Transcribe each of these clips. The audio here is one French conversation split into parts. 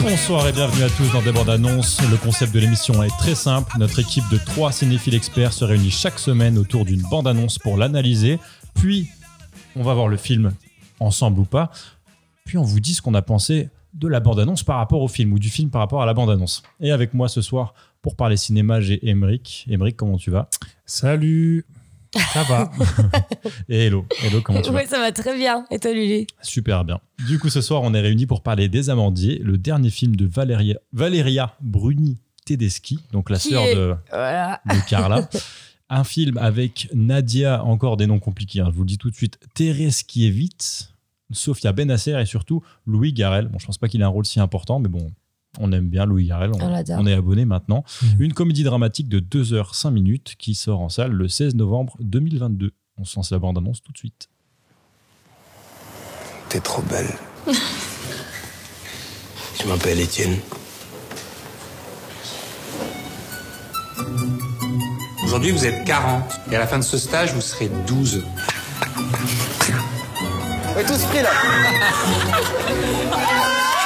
Bonsoir et bienvenue à tous dans Des bandes annonces. Le concept de l'émission est très simple. Notre équipe de trois cinéphiles experts se réunit chaque semaine autour d'une bande annonce pour l'analyser. Puis, on va voir le film ensemble ou pas. Puis, on vous dit ce qu'on a pensé de la bande annonce par rapport au film ou du film par rapport à la bande annonce. Et avec moi ce soir, pour parler cinéma, j'ai Emeric. Emeric, comment tu vas Salut Ça va Et Hello. Hello, comment tu vas Oui, ça va très bien. Et toi, Lulu Super bien. Du coup, ce soir, on est réunis pour parler des Amandiers, le dernier film de Valeria, Valeria Bruni Tedeschi, donc la Qui sœur est- de, Voilà. de Carla. Un film avec Nadia, encore des noms compliqués, hein, je vous le dis tout de suite, Thérèse Kievitz, Sofia Benasser et surtout Louis Garrel. Bon, je pense pas qu'il ait un rôle si important, mais bon, on aime bien Louis Garrel, on, On l'adore. on est abonné maintenant. Mhm. Une comédie dramatique de 2h05 minutes qui sort en salle le 16 novembre 2022. On se lance la bande-annonce tout de suite. T'es trop belle. Je m'appelle Étienne. Aujourd'hui, vous êtes 40. Et à la fin de ce stage, vous serez 12. On est tous pris là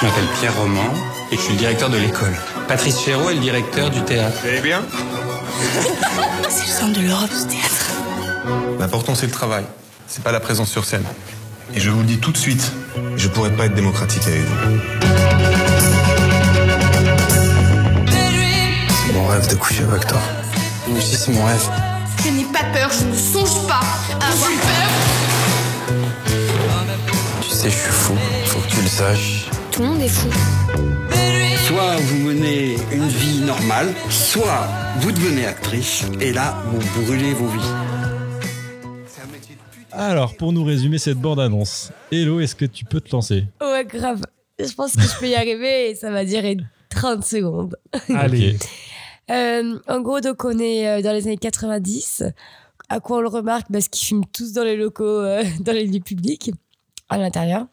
Je m'appelle Pierre Roman et je suis le directeur de l'école. Patrice Chéreau est le directeur du théâtre. allez bien C'est le centre de l'Europe du théâtre. L'important, c'est le travail. C'est pas la présence sur scène. Et je vous le dis tout de suite, je pourrais pas être démocratique avec vous. C'est mon rêve de coucher avec toi. Moi aussi, c'est mon rêve. Je n'ai pas peur, je ne songe pas à avoir peur. Tu sais, je suis fou. Faut que tu le saches. Tout le monde est fou. Soit vous menez une vie normale, soit vous devenez actrice. Et là, vous brûlez vos vies. Alors, pour nous résumer cette bande-annonce, Hello, est-ce que tu peux te lancer Ouais, grave. Je pense que je peux y arriver et ça va durer 30 secondes. Allez, Ok. Euh, en gros, donc, on est euh, dans les années 90. À quoi on le remarque Bah, Parce qu'ils fument tous dans les locaux, euh, dans les lieux publics, à l'intérieur.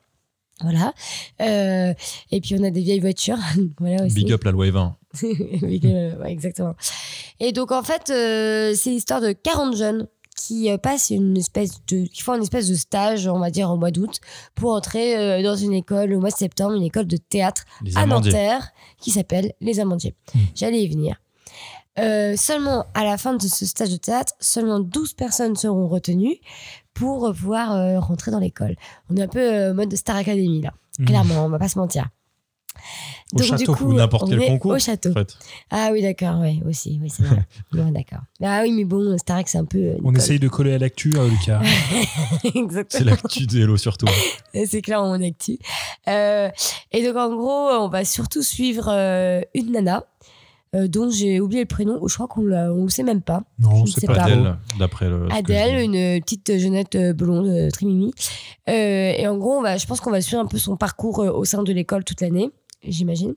Voilà. Euh, et puis, on a des vieilles voitures. voilà aussi. Big up la loi E20. Oui, euh, ouais, exactement. Et donc, en fait, euh, c'est l'histoire de 40 jeunes qui euh, passent une espèce de, qui font une espèce de stage, on va dire, au mois d'août, pour entrer euh, dans une école au mois de septembre, une école de théâtre Les à Amandiers. Mmh. Nanterre qui s'appelle Les Amandiers. J'allais y venir. Euh, seulement à la fin de ce stage de théâtre, seulement 12 personnes seront retenues pour pouvoir euh, rentrer dans l'école. On est un peu euh, mode Star Academy là, Mhm. clairement, on va pas se mentir. Mmh. Au château ou n'importe on quel est concours, Au château. En fait. Ah oui, d'accord, oui, aussi, oui, c'est vrai. Bon, d'accord. Ah oui, mais bon, Starac, c'est un peu. euh, on une essaye de coller à l'actu, hein, Lucas. colle. C'est Exactement. l'actu de Hello surtout. C'est clair, on est actu. Euh, et donc, en gros, on va surtout suivre euh, une nana euh, dont j'ai oublié le prénom, ou je crois qu'on l'a- on le sait même pas. Non, Je ne c'est sais pas pas. elle. Adèle, d'après le. euh, ce que je Adèle, dis. une petite jeunette euh, blonde, euh, très mimi. Euh, et en gros, on va, je pense qu'on va suivre un peu son parcours euh, au sein de l'école toute l'année, j'imagine.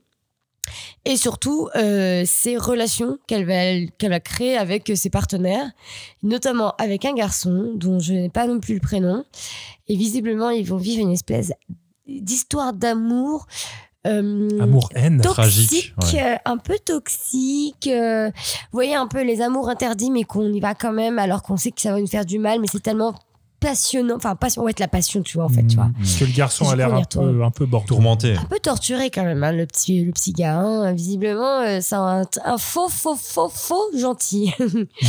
Et surtout, euh, ses relations qu'elle va, qu'elle va créer avec euh, ses partenaires, notamment avec un garçon dont je n'ai pas non plus le prénom. Et visiblement, ils vont vivre une espèce d'histoire d'amour. euh, Amour-haine. toxique, Tragique, ouais. euh, un peu toxique. euh, vous voyez un peu les amours interdits, mais qu'on y va quand même, alors qu'on sait que ça va nous faire du mal, mais c'est tellement passionnant. Enfin, passion, ouais, de la passion, tu vois, en fait, tu vois. Ah, Mm. Parce que le garçon Je a l'air peux un lire, toi. peu, un peu bordeaux. Tourmentée. Un peu torturé quand même, hein, le petit, le petit gars. hein. Visiblement, euh, c'est un, un faux, faux, faux, faux gentil.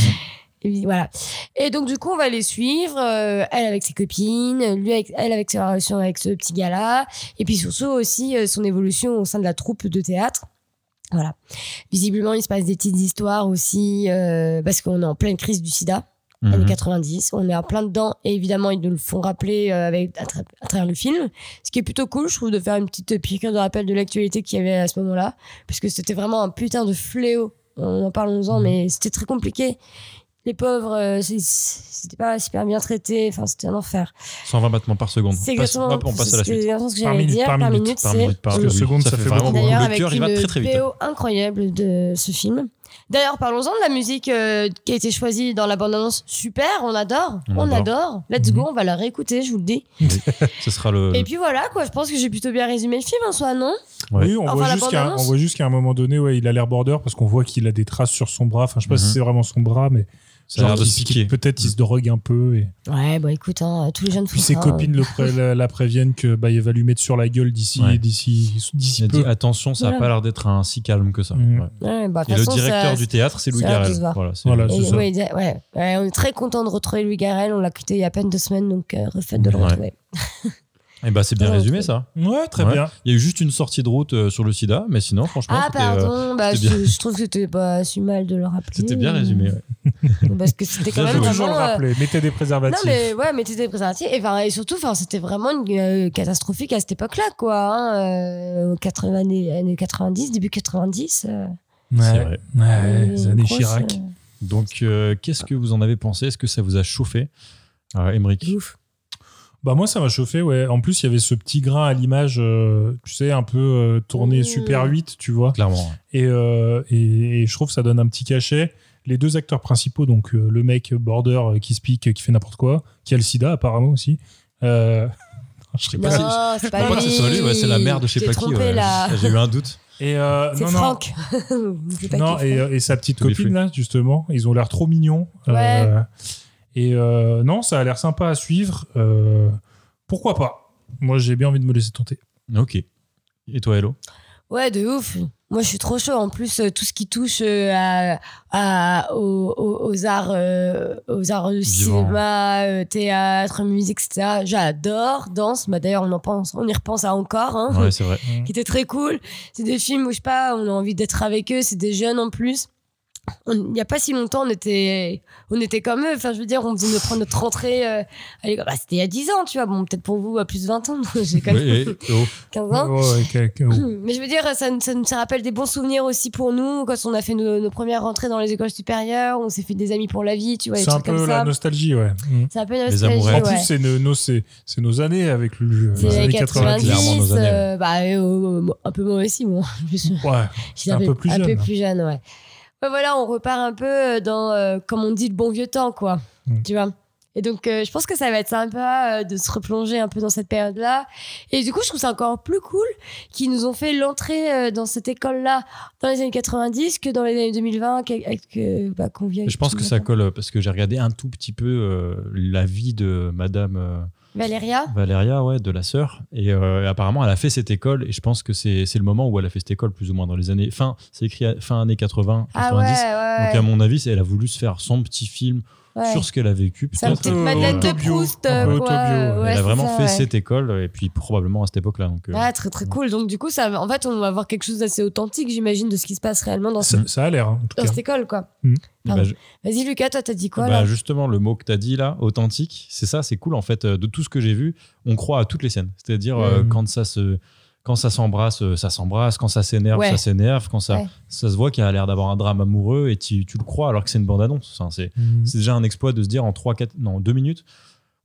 Et puis, voilà. Et donc, du coup, on va les suivre, euh, elle avec ses copines, lui avec, elle avec sa relation avec ce petit gars-là, et puis surtout aussi euh, son évolution au sein de la troupe de théâtre. Voilà. Visiblement, il se passe des petites histoires aussi, euh, parce qu'on est en pleine crise du sida, années Mhm. 90. On est en plein dedans, et évidemment, ils nous le font rappeler euh, avec, à, tra- à travers le film. Ce qui est plutôt cool, je trouve, de faire une petite piqûre de rappel de l'actualité qu'il y avait à ce Mhm. moment-là, parce que c'était vraiment un putain de fléau. En en parlons-en, mais c'était très compliqué. les pauvres, euh, c'est- c'était pas super bien traité. Enfin, c'était un enfer. 120 battements par seconde. C'est Passe- exactement hop, on passe à la c'est suite. exactement ce que Par j'allais minute, dire. par Par minute, minute, Par c'est. minute, par Parce que minute. seconde, ça fait vraiment beaucoup. beaucoup. D'ailleurs, Ah Le avec cœur, il va une très très vite. hein. BO incroyable de ce film. D'ailleurs, parlons-en de la musique euh, qui a été choisie dans la bande-annonce. Super, on adore, On Mhm. on, adore. Let's go, on va la réécouter, je vous le dis. Ce sera le. Et puis voilà, quoi, je pense que j'ai plutôt bien résumé le film en soi, non Ouais. Oui, on, Enfin, voit la juste qu'à, bande-annonce. on voit juste qu'à un moment donné, ouais, il a l'air border parce qu'on voit qu'il a des traces sur son bras. Enfin, je sais pas Mhm. si c'est vraiment son bras, mais ça a l'air genre, de il- se piquer. Mm. peut-être il se drogue un peu. Et... Ouais, bon, écoute, hein, tous les jeunes fous. Puis ses copines le pré- la, la préviennent que bah, il va lui mettre sur la gueule d'ici Ouais. d'ici Il a d'ici dit peu. attention, ça n'a Voilà. pas l'air d'être un si calme que ça. Mhm. Ouais. Ouais, bah, de Et toute le façon, directeur ça- du théâtre, c'est Louis ça a l'air de Garrel. se voir. Voilà, c'est- Voilà, Et c'est ça. ouais, ouais, ouais. on est très content de retrouver Louis Garrel. On l'a quitté il y a à peine deux semaines, donc euh, refait de le Ouais. retrouver. Eh ben, c'est bien Ouais, résumé ok. ça. Ouais, très Ouais. bien. Il y a eu juste une sortie de route euh, sur le sida, mais sinon, franchement, Ah, c'était, euh, pardon, bah, c'était je, je trouve que c'était pas si mal de le rappeler. c'était bien résumé. ouais. Parce que c'était quand Bien même joué. Toujours le vraiment, euh, rappeler. Mettez des Non, préservatifs. mais ouais, mettez des préservatifs. Et, enfin, et surtout, enfin, c'était vraiment une, euh, catastrophique à cette époque-là, quoi. hein, euh, aux 80, années, années 90, début 90. euh, C'est Ouais, vrai. Oh, ouais, une les années grosse, Chirac. euh, Donc, euh, qu'est-ce que vous en avez pensé Est-ce que ça vous a chauffé euh, Emmerich Bah moi ça m'a chauffé ouais. En plus il y avait ce petit grain à l'image, euh, tu sais un peu euh, tourné Mmh. super 8, tu vois. Clairement. ouais. Et, euh, et, et je trouve que ça donne un petit cachet. Les deux acteurs principaux, donc euh, le mec border euh, qui se pique, euh, qui fait n'importe quoi, qui a le sida apparemment aussi. Euh, je serais pas- Non, Ah, c'est pas Faut pas que ce soit lui, ouais, c'est la mère de je sais T'es pas qui. trompé, ouais. Euh, là. J'ai eu un doute. Et euh, C'est non, Franck. C'est pas non, non qui, et, Franck. euh, et sa petite To be free. copine là justement, ils ont l'air trop mignons. Euh, et euh, non, ça a l'air sympa à suivre. Euh, pourquoi pas Moi j'ai bien envie de me laisser tenter. Ok. Et toi, Hello Ouais, de ouf. Moi, je suis trop chaud. En plus, euh, tout ce qui touche euh, à, à- aux, aux- aux arts, euh, aux arts du Vivant. cinéma, euh, théâtre, musique, etc. J'adore. Danse. Bah, d'ailleurs, on en pense, on y repense à encore. Hein, Ouais, c'est vrai. qui était très cool. C'est des films où, je sais pas, on a envie d'être avec eux, c'est des jeunes en plus. On- Il n'y a pas si longtemps, on était, on était comme eux. Enfin, je veux dire, on faisait notre, notre rentrée euh, à l'école. Bah, C'était il y a 10 ans, tu vois. Bon, peut-être pour vous, à plus de 20 ans. J'ai quand même Oui, et- oh, 15 ans. Ouais, oh. quelqu'un- Mais je veux dire, ça, nous- ça, nous- ça rappelle des bons souvenirs aussi pour nous. Quand on a fait nos, nos premières rentrées dans les écoles supérieures, on s'est fait des amis pour la vie, tu vois, des c'est un trucs peu comme la ça. nostalgie, ouais. Mm. C'est un peu une Les nostalgie, amourettes. En ouais. plus, c'est nos, nos- c'est- c'est nos années avec le, C'est les années 90, 90. clairement nos années, euh, bah, euh, un peu moi aussi, bon. Je suis- Ouais, J'étais un peu plus Un peu jeune. plus hein. jeune, ouais. Ouais, voilà, on repart un peu dans, euh, comme on dit, le bon vieux temps, quoi. Mm. Tu vois Et donc, euh, je pense que ça va être sympa euh, de se replonger un peu dans cette période-là. Et du coup, je trouve ça encore plus cool qu'ils nous ont fait l'entrée euh, dans cette école-là dans les années 90 que dans les années 2020, que, que- bah, qu'on vit je pense que ça colle euh, parce que j'ai regardé un tout petit peu euh, la vie de Madame euh, Valéria Valéria, ouais, de la sœur. Et euh, apparemment, elle a fait cette école. Et je pense que c'est c'est le moment où elle a fait cette école, plus ou moins, dans les années. Fin, c'est écrit à- fin années 80, 90. Ah ouais, ouais. Donc, à mon avis, c'est- elle a voulu se faire son petit film ouais. sur euh, ce qu'elle a vécu. C'est un peut-être. petit Madeleine de autobio, Proust, un peu quoi, autobio, euh, ouais. ouais, elle a c'est vraiment ça, fait ouais. cette école, et puis probablement à cette époque-là. Donc, euh, Ah, très très cool. Donc du coup, ça, en fait, on va avoir quelque chose d'assez authentique, j'imagine, de ce qui se passe réellement dans, ce- Ça, ça a l'air, hein, en tout dans cas. cette école, quoi. bah, pardon. je- Vas-y, Lucas, toi, t'as dit quoi bah, là justement, le mot que tu as dit là, authentique, c'est ça, c'est cool en fait. euh, De tout ce que j'ai vu, on croit à toutes les scènes. C'est-à-dire euh, Mm. Mhm. quand ça se. Quand ça s'embrasse, euh, ça s'embrasse. Quand ça s'énerve, Ouais. ça s'énerve. Quand ça, Ouais. ça se voit qu'il y a l'air d'avoir un drame amoureux et tu, tu le crois alors que c'est une bande-annonce. Enfin, c'est Mm. c'est déjà un exploit de se dire en 3, 4, non, 2 minutes,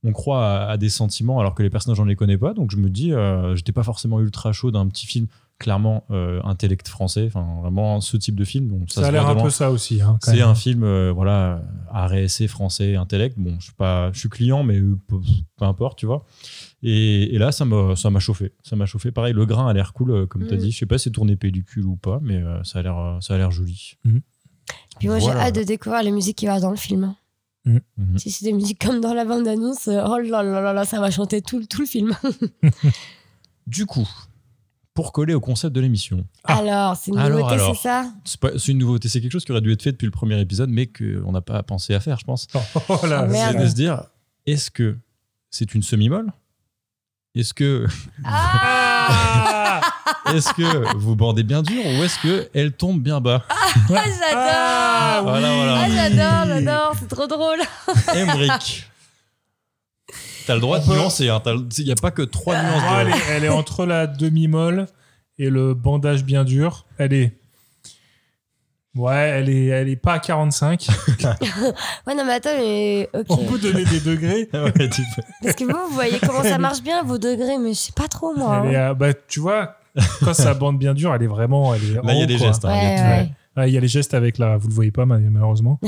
on croit à, à des sentiments alors que les personnages, on les connaît pas. Donc je me dis, euh, j'étais pas forcément ultra chaud d'un petit film, clairement, euh, intellect français, enfin vraiment ce type de film. Donc, Ça, se a l'air voit un de peu loin. ça aussi. hein, quand C'est même. un film, euh, voilà, ARSC français, intellect. Bon, je suis pas, je suis client, mais euh, peu, peu importe, tu vois. Et, et là, ça m'a, ça m'a chauffé. Ça m'a chauffé. Pareil, le grain a l'air cool, euh, comme tu as Mm. dit. Je sais pas si c'est tourné pellicule ou pas, mais euh, ça a l'air, euh, ça a l'air joli. Mm-hmm. Puis moi, voilà. j'ai hâte de découvrir les musiques qu'il va y avoir dans le film. Mmh. Mhm. Mhm. Si c'est des musiques comme dans la bande-annonce, euh, oh là là là là, ça va chanter tout, le- tout le film. Du coup, pour coller au concept de l'émission, Ah. Alors, c'est une Alors, nouveauté, alors. c'est ça C'est pas- c'est une nouveauté, c'est quelque chose qui aurait dû être fait depuis le premier épisode, mais qu'on n'a pas pensé à faire, je pense. Oh là, Ah, merde. C'est de se dire, est-ce que c'est une semi-molle Est-ce que, Ah est que vous bandez bien dur ou est-ce que elle tombe bien bas Ah, Voilà, j'adore Ah, voilà. j'adore, j'adore, c'est trop drôle Emmerich. T'as le droit de nuancer, hein. il n'y a pas que trois nuances. Bon, Ah, elle, De... est, elle est entre la demi-molle et le bandage bien dur. Elle est Ouais, elle est, elle est pas à 45. Ouais, non, mais attends, mais ok. Oh. On peut donner des degrés. Ouais, tu peux. Parce que vous, vous voyez comment ça marche bien, vos degrés, mais je sais pas trop, moi. Elle est hein. à- bah, tu vois, quand ça bande bien dur, elle est vraiment. Elle est en Là, il y a haut, des quoi. gestes. hein, il y a Ouais, tout. ouais. Ouais, Il y a les gestes avec là, vous le voyez pas mal- malheureusement.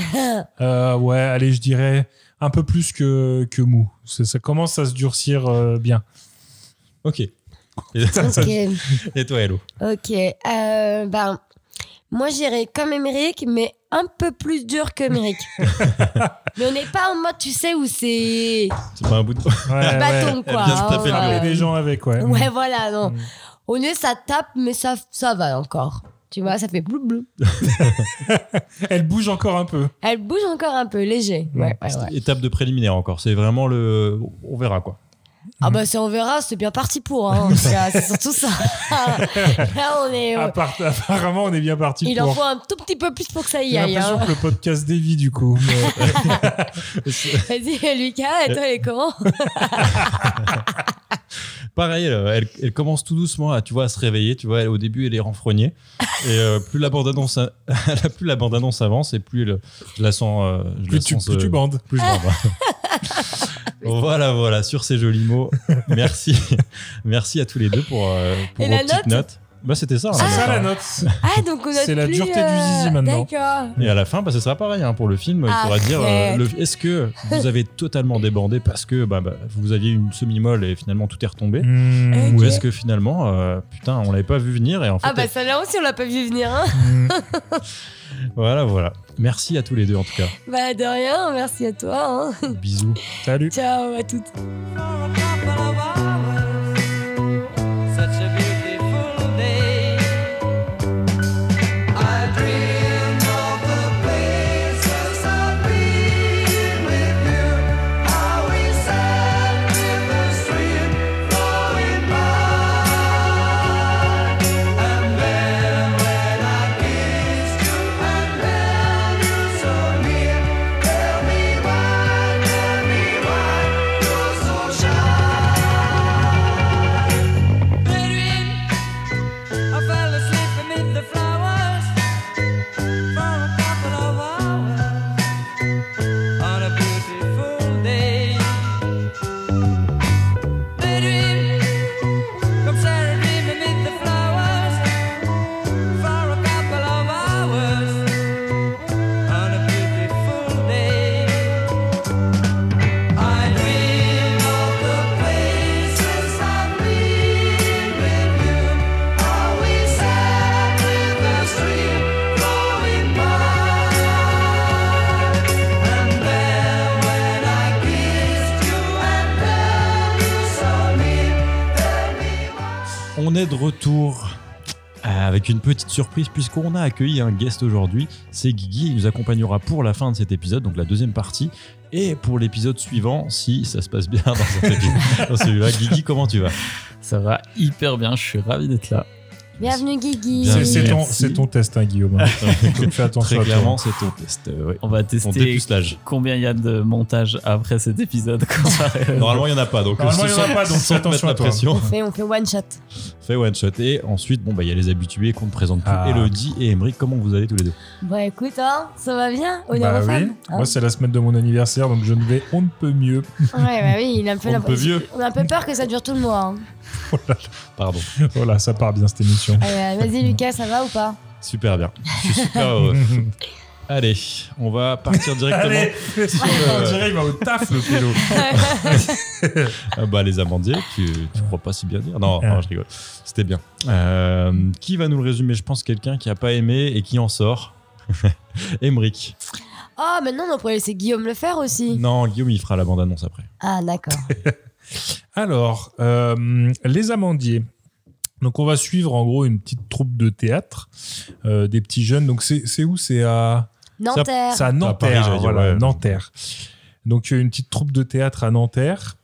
Euh, ouais, allez, je dirais un peu plus que, que mou. Ça, ça commence à se durcir euh, bien. Ok. Et, Ok. et toi, Hello Ok, euh, ben, moi j'irai comme Émeric, mais un peu plus dur que Émeric. mais on n'est pas en mode, tu sais, où c'est C'est pas un bout de. Ouais, bâton, Ah ouais. quoi. vient se taper hein, le euh, Parler des gens avec, ouais. Ouais, voilà, non. Mm. Au nez, ça tape, mais ça, ça va encore. Tu vois, ça fait blou blou. Elle bouge encore un peu. Elle bouge encore un peu, léger. Mm. Ouais, ouais, ouais. Ah, Étape de préliminaire encore. C'est vraiment le. On verra quoi. Mm. Ah bah ça, on verra, c'est bien parti pour. Hein. c'est c'est surtout ça. Là, on est... À part- apparemment, on est bien parti Il pour. en faut un tout petit peu plus pour que ça y J'ai aille. l'impression hein. que le podcast dévie du coup. Mais- euh, Vas-y, Lucas, et toi, les comment Pareil, euh, elle, elle commence tout doucement à, tu vois, à se réveiller. Tu vois, elle- au début, elle est renfrognée. Et euh, plus la bande-annonce a- plus la bande-annonce avance et plus elle- je la sens. euh, je plus, la tu, sens, plus euh, tu bandes. plus je m'en vais. voilà, voilà, sur ces jolis mots. Merci. Merci à tous les deux pour, euh, pour Et vos la petites note notes. Bah, c'était ça. la C'est note, ça hein. la note. Ah, donc on a C'est la plus, euh, dureté du zizi, maintenant. D'accord. Et à la fin, bah, ce sera pareil hein, pour le film. Il faudra Ah, Arrête. dire euh, le- est-ce que vous avez totalement débandé parce que bah, bah, vous aviez une semi-molle et finalement tout est retombé Mmh. Ou est-ce que finalement, euh, putain, on l'avait pas vu venir et en fait, Ah bah ça là aussi on l'a pas vu venir hein. Mmh. euh, voilà, voilà. Merci à tous les deux en tout cas. Bah de rien, merci à toi. hein. Bisous. Salut. Ciao à toutes. On est de retour euh, avec une petite surprise puisqu'on a accueilli un guest aujourd'hui. C'est Guigui, il nous accompagnera pour la fin de cet épisode, donc la deuxième partie. Et pour l'épisode suivant, si ça se passe bien dans, cet épisode- dans celui-là, Guigui, comment tu vas Ça va hyper bien, je suis ravi d'être là. Bienvenue Guigui. C'est- C'est ton, Merci. c'est ton test, hein, Guillaume. Donc fais attention. Très à toi. clairement, c'est ton test. euh, ouais. On va Ton tester dépucelage. combien il y a de montage après cet épisode. quand ça arrive. Euh, Normalement, il n'y en a pas. Donc, Normalement, il y en a sans- pas, donc sans fais te mettre attention la à toi. pression. On fait, on fait one shot. Fais one shot. Et ensuite, bon, bah, il y a les habitués qu'on ne présente plus. Ah. Elodie et Emery, comment vous allez tous les deux Bah écoute, hein, ça va bien, honneur Bah aux oui. femmes. hein. Moi, c'est la semaine de mon anniversaire, donc je ne vais on ne peut mieux. ouais, bah oui, il a un peu On la- peut vieux. On a un peu peur que ça dure tout le mois. hein. Pardon. Voilà, ça part bien cette émission. Euh, Vas-y Lucas, ça va ou pas Super bien. Je suis super heureux. Allez, on va partir directement. Allez, on dirait il va au taf le pélo. Ah bah, les amandiers, tu, tu crois pas si bien dire. Non, Ah. non, je rigole. C'était bien. Euh, qui va nous le résumer Je pense quelqu'un qui a pas aimé et qui en sort. Emric. Oh, mais non, on pourrait laisser Guillaume le faire aussi. Non, Guillaume, il fera la bande-annonce après. Ah d'accord. Alors, euh, les amandiers. Donc, on va suivre en gros une petite troupe de théâtre, euh, des petits jeunes. Donc, c'est c'est où C'est à. Nanterre. C'est à Paris, Nanterre, j'allais dire, voilà, ouais. Nanterre. Donc, il y a une petite troupe de théâtre à Nanterre,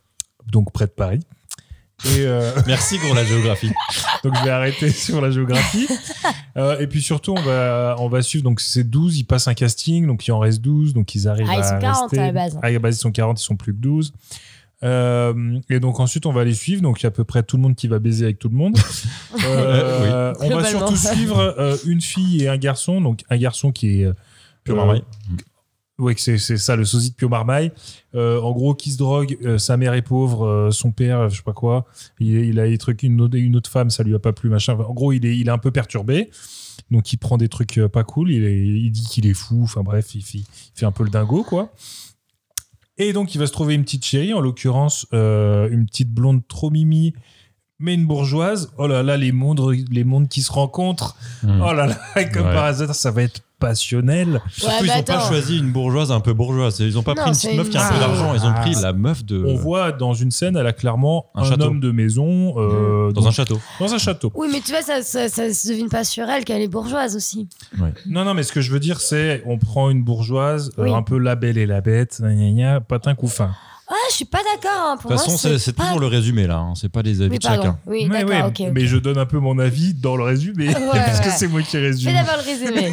donc près de Paris. Et euh, Merci pour la géographie. donc, je vais arrêter sur la géographie. Euh, et puis surtout, on va, on va suivre. Donc, c'est 12, ils passent un casting, donc il en reste 12, donc ils arrivent Ah, ils à sont 40 rester. à la base. Ah, à la base, ils sont 40, ils sont plus que 12. Euh, et donc ensuite, on va les suivre. Donc il y a à peu près tout le monde qui va baiser avec tout le monde. Euh, Oui. On va Globalement. surtout suivre euh, une fille et un garçon. Donc un garçon qui est... euh, Pio Marmaille. Ouais, que c'est c'est ça, le sosie de Pio Marmaille. Euh, en gros, qui se drogue, euh, sa mère est pauvre, euh, son père, euh, je sais pas quoi, il, il a des trucs, une autre, une autre femme, ça lui a pas plu, machin. Enfin, en gros, il est, il est un peu perturbé, donc il prend des trucs euh, pas cool, il, est- il dit qu'il est fou, enfin bref, il, fait- il fait un peu le dingo, quoi. Et donc, il va se trouver une petite chérie, en l'occurrence, euh, une petite blonde trop mimi, mais une bourgeoise. Oh là là, les mondes, les mondes qui se rencontrent. Hmm. Oh là là, comme Ouais. par hasard, ça va être passionnel. Surtout, bah ils n'ont pas choisi une bourgeoise un peu bourgeoise. Ils n'ont pas Non, pris une c'est petite meuf qui a un peu une- d'argent. Ils ont pris Ah. la meuf de. On voit dans une scène, elle a clairement Euh, Un un, château. homme de maison. euh, Dans un château. Dans un château. Oui, mais tu vois, ça, ça, ça se devine pas sur elle qu'elle est bourgeoise aussi. Non, non, mais ce que je veux dire, c'est on prend une bourgeoise, euh, Oui. un peu la belle et la bête, gna gna gna, patin coup fin. Ah, je suis pas d'accord. hein. De Pour toute moi, façon, c'est c'est pas- toujours le résumé là. hein. C'est pas les avis Oui, de pardon. chacun. Oui, Mais d'accord, ouais, ok, ok. mais je donne un peu mon avis dans le résumé, Ouais, ouais, parce que ouais. c'est moi qui Fais résume. d'abord le résumé.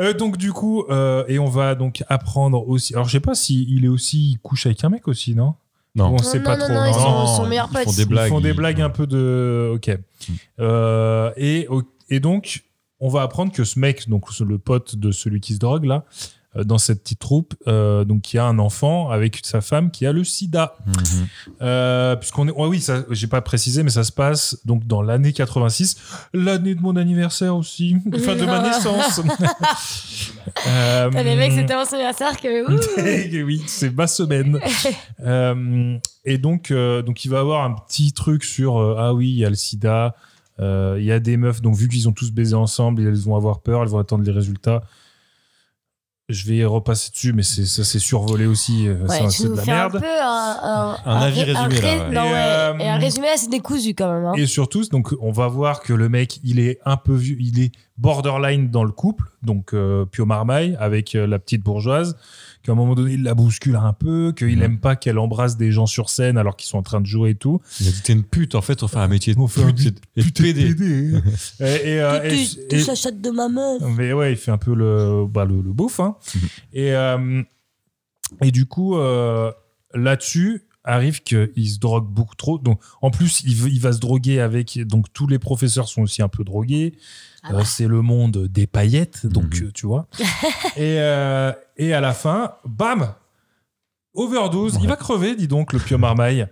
Euh, donc du coup, euh, et on va donc apprendre aussi. Alors je sais pas si il est aussi, il couche avec un mec aussi, non Non. Ou on Non, sait non, pas non, trop. non, ils sont- Non, sont meilleurs ils potes. font des Ils font blagues, des ils- blagues un peu de. Ok. Euh, et au- et donc on va apprendre que ce mec, donc ce- le pote de celui qui se drogue là, euh, dans cette petite troupe, euh, donc qui a un enfant avec sa femme qui a le SIDA. Mhm. Euh, Puisqu'on est, ouais, oui, ça, j'ai pas précisé, mais ça se passe donc dans l'année 86, l'année de mon anniversaire aussi, enfin de ma naissance. Euh, T'as les mecs, c'était mon anniversaire que. ouh. et oui, c'est ma semaine. Euh, et donc, euh, donc, il va avoir un petit truc sur euh, ah oui, il y a le sida, euh, il y a des meufs, donc vu qu'ils ont tous baisé ensemble, elles vont avoir peur, elles vont attendre les résultats. Je vais repasser dessus, mais c'est, ça c'est survolé aussi, euh, Ouais, ça, tu c'est de nous la fais un merde. peu un, un, Un avis résumé, là, ouais. non, Et, ouais, euh, et un résumé assez décousu quand même. hein. Et surtout, donc on va voir que le mec, il est un peu vieux, il est borderline dans le couple, donc euh, Pio Marmaille avec euh, la petite bourgeoise, qu'à un moment donné, il la bouscule un peu, qu'il aime pas qu'elle embrasse des gens sur scène alors qu'ils sont en train de jouer et tout. Il a dit t'es une pute en fait, on fait un métier de pute et- et de pédé. Et, et, euh, et- et- chatte de ma meuf. mais ouais, il fait un peu le, bah, le, le beauf. hein. Et, euh, et du coup, euh, là-dessus, arrive qu'il se drogue beaucoup trop. Donc, en plus, il, veut- il va se droguer avec. Donc, tous les professeurs sont aussi un peu drogués. Euh, C'est le monde des paillettes, donc euh, tu vois. et, euh, et à la fin, bam Overdose, il va crever, dis donc, le Pio Marmaille.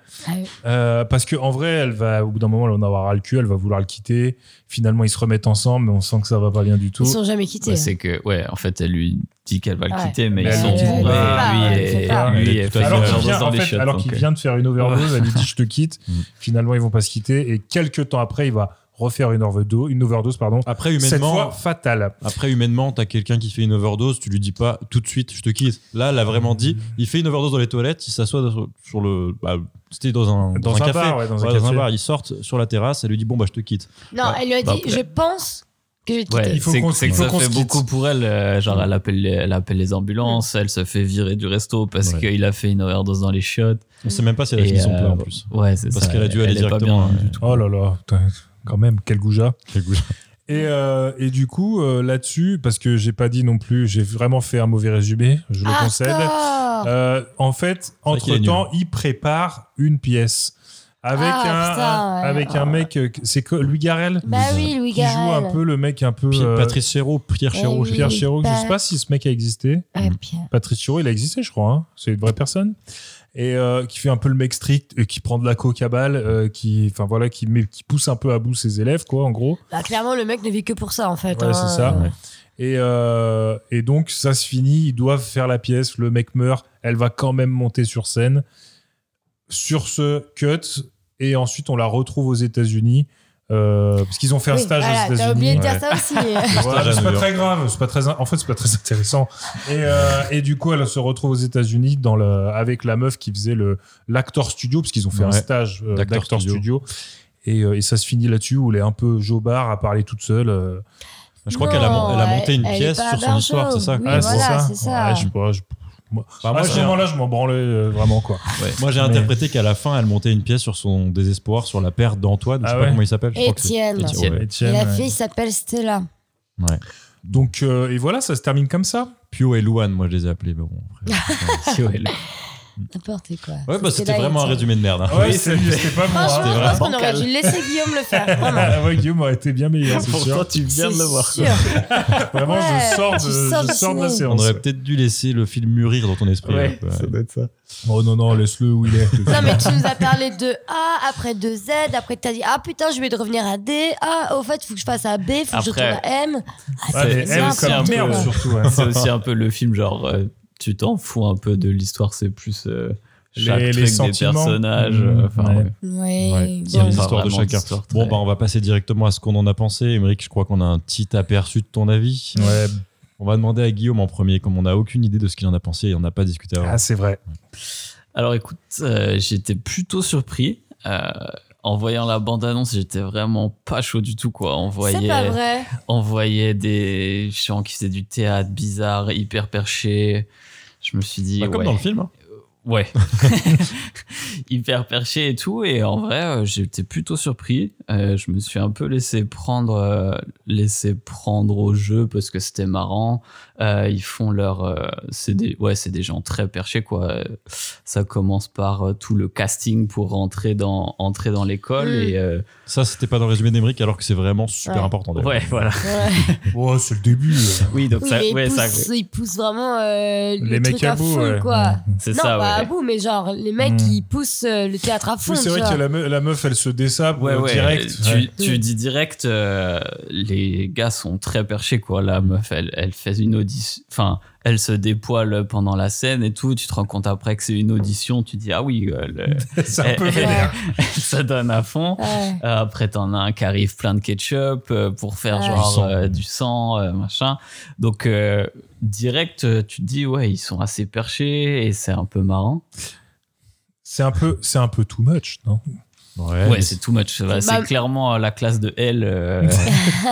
Euh, parce que en vrai, elle va, au bout d'un moment, elle en avoir ras le cul, elle va vouloir le quitter. Finalement, ils se remettent ensemble, mais on sent que ça va pas bien du tout. Ils sont jamais quittés. Ouais, Bah, c'est que, ouais, en fait, elle lui dit qu'elle va le Ouais. quitter, mais Mais ils Bah, elle sont le dit tombés. pas, Lui, elle le et- fait pas. lui, elle fait alors une qu'il vient, overdose dans en les fait, chiottes, alors qu'il donc, euh. vient de faire une overdose, elle lui dit je te quitte. Mm. Finalement, ils vont pas se quitter et quelques temps après, il va refaire une overdose, une overdose pardon. Après, cette humainement- euh, fois fatale. Après, humainement, t'as quelqu'un qui fait une overdose, tu lui dis pas tout de suite, je te quitte. Là, elle a vraiment dit, il fait une overdose dans les toilettes, il s'assoit sur, sur le. bah, C'était dans un, Dans un café. bar, ouais, dans un café. bar. Ils sortent sur la terrasse, elle lui dit, bon, bah, je te quitte. Non, elle lui a dit Bah, Je pense que je vais te Ouais, quitter. c'est qu'on- c'est il que faut ça qu'on se fait quitte. beaucoup pour elle. euh, genre, elle appelle, les, elle appelle les ambulances, elle se fait virer du resto parce Ouais. qu'il a fait une overdose dans les chiottes. On sait même pas si elle a Et, fini son euh, plat en plus. Ouais, c'est Parce ça, qu'elle a dû elle aller est pas directement. bien, euh, Oh là là, putain, quand même quel goujat. quel goût. Et, euh, et du coup, euh, là-dessus, parce que j'ai pas dit non plus, j'ai vraiment fait un mauvais résumé, je le Encore concède. Euh, en fait, vrai qu'il est entre-temps, il prépare une pièce. Avec, Ah, un, putain, un- ouais. avec Ah. un mec, euh, c'est que- Louis Garrel Bah oui, Louis Qui joue Garrel. un peu le mec un peu. Pi- euh, Patrice Chéreau, Pierre Eh Chéreau. oui. Pierre Chéreau, je Bah. sais pas si ce mec a existé. Ouais, Pierre. Patrice Chéreau, il a existé, je crois. hein. C'est une vraie personne. Et euh, qui fait un peu le mec strict, et qui prend de la coke à balle, euh, qui, enfin voilà, qui, met, qui pousse un peu à bout ses élèves, quoi, en gros. Bah, clairement, le mec ne vit que pour ça en fait. Ouais, hein. c'est ça. Et, euh, et donc, ça se finit, ils doivent faire la pièce, le mec meurt, elle va quand même monter sur scène. Sur ce cut, et ensuite, on la retrouve aux États-Unis, euh, parce qu'ils ont fait un Oui, stage voilà, aux États-Unis. T'as oublié de dire ça aussi. Voilà, stage à c'est New pas York. très grave, c'est pas très, in- en fait, c'est pas très intéressant. Et, euh, et du coup, elle se retrouve aux États-Unis dans le, avec la meuf qui faisait le l'actor studio, parce qu'ils ont fait un Ouais. stage euh, D'actor d'actor studio. studio. Et, euh, et ça se finit là-dessus où elle est un peu jobard à parler toute seule. euh. Je crois qu'elle a, mon- elle a monté une elle est pièce pas sur son barjo. histoire, c'est ça Oui, quoi. Ah, voilà, c'est ça. Ouais, je sais pas. je- moi, Bah, moi, à ce j'ai un- moment-là, je m'en branlais euh, vraiment quoi. Moi, j'ai Mais- interprété qu'à la fin, elle montait une pièce sur son désespoir, sur la perte d'Antoine. je Ah sais pas ouais. comment il s'appelle. je crois que c'est- Étienne. Étienne. ouais. Et Étienne, la ouais. fille s'appelle Stella. Ouais. Donc euh, et voilà, ça se termine comme ça. Pio et Louane, moi, je les ai appelés. Mais bon, après, Pio et Lou- N'importe quoi. Ouais, bah c'était dingue, vraiment un ça. résumé de merde. hein. Ouais, Ah c'est- c'était pas bon. hein. Franchement, C'était je pense vraiment qu'on aurait dû laisser Guillaume le faire. Vraiment. Ah ouais, Guillaume aurait été bien meilleur, c'est sûr. tu C'est sûr. Vraiment, Ouais, je sors de, tu sors je du sors de On ciné. la séance. aurait peut-être dû laisser le film mûrir dans ton esprit. hein, Ouais, un peu, ouais. doit être ça. Oh non, non, laisse-le où il est. Non, mais tu nous as parlé de A, après de Z, après t'as dit Ah putain, je vais de revenir à D. Ah, au fait, faut que je passe à B, faut que je Après- retourne à M. Ah, mais C'est elle, aussi un comme peu- merde, surtout. hein. C'est aussi un peu le film, genre, euh, tu t'en fous un peu de l'histoire, c'est plus euh, chaque Les- les truc des sentiments. personnages. Mmh, euh, enfin, ouais. ouais. Ouais. Ouais, il y a bon. les histoires de Pas vraiment chacun. d'histoire très- Bon, bah, on va passer directement à ce qu'on en a pensé. Émeric, je crois qu'on a un petit aperçu de ton avis. Ouais, On va demander à Guillaume en premier, comme on n'a aucune idée de ce qu'il en a pensé et on n'a pas discuté avant. ah, c'est vrai. Alors écoute, euh, j'étais plutôt surpris. Euh, en voyant la bande-annonce, j'étais vraiment pas chaud du tout, quoi. On C'est pas voyait, vrai. on voyait des gens qui faisaient du théâtre bizarre, hyper perché. Je me suis dit, Bah, comme ouais. dans le film. hein. Ouais. Hyper perché et tout. Et en vrai, euh, j'étais plutôt surpris. Euh, je me suis un peu laissé prendre, euh, laissé prendre au jeu parce que c'était marrant. Euh, ils font leur. euh, c'est des, ouais, c'est des gens très perchés, quoi. Euh, Ça commence par euh, tout le casting pour rentrer dans, entrer dans l'école. Mm. Et, euh, Ça, c'était pas dans le résumé d'Emeric, alors que c'est vraiment super Ouais. important. d'ailleurs. ouais, voilà. Ouais. Oh, c'est le début. euh. Oui, donc Oui, ça, mais il, ouais, pousse, ça- il pousse vraiment euh, le Les truc mecs à bout, fond, ouais. quoi. c'est Non, bah, ça, pas à ouais. bout, mais genre, les mecs, Mm. ils poussent euh, le théâtre à fond. Oui, c'est vrai tu que vois. la, me- la meuf, elle se dessape Ouais, euh, ouais, direct. Tu, Ouais. tu Mm. dis direct, euh, les gars sont très perchés, quoi. La meuf, elle, elle fait une audition, enfin, elle se dépoile pendant la scène et tout. Tu te rends compte après que c'est une audition, tu dis, ah oui, euh, le- C'est un peu Eh, eh. vénère. elle se donne à fond. Ouais. Euh, Après, t'en as un qui arrive plein de ketchup euh, pour faire Ouais. genre Du sang. euh, du sang, euh, machin. Donc, euh, direct, euh, tu te dis, ouais, ils sont assez perchés et c'est un peu marrant. C'est un peu, c'est un peu too much, non Ouais, Ouais, mais c'est too much. Bah, C'est Bah- clairement la classe de L euh,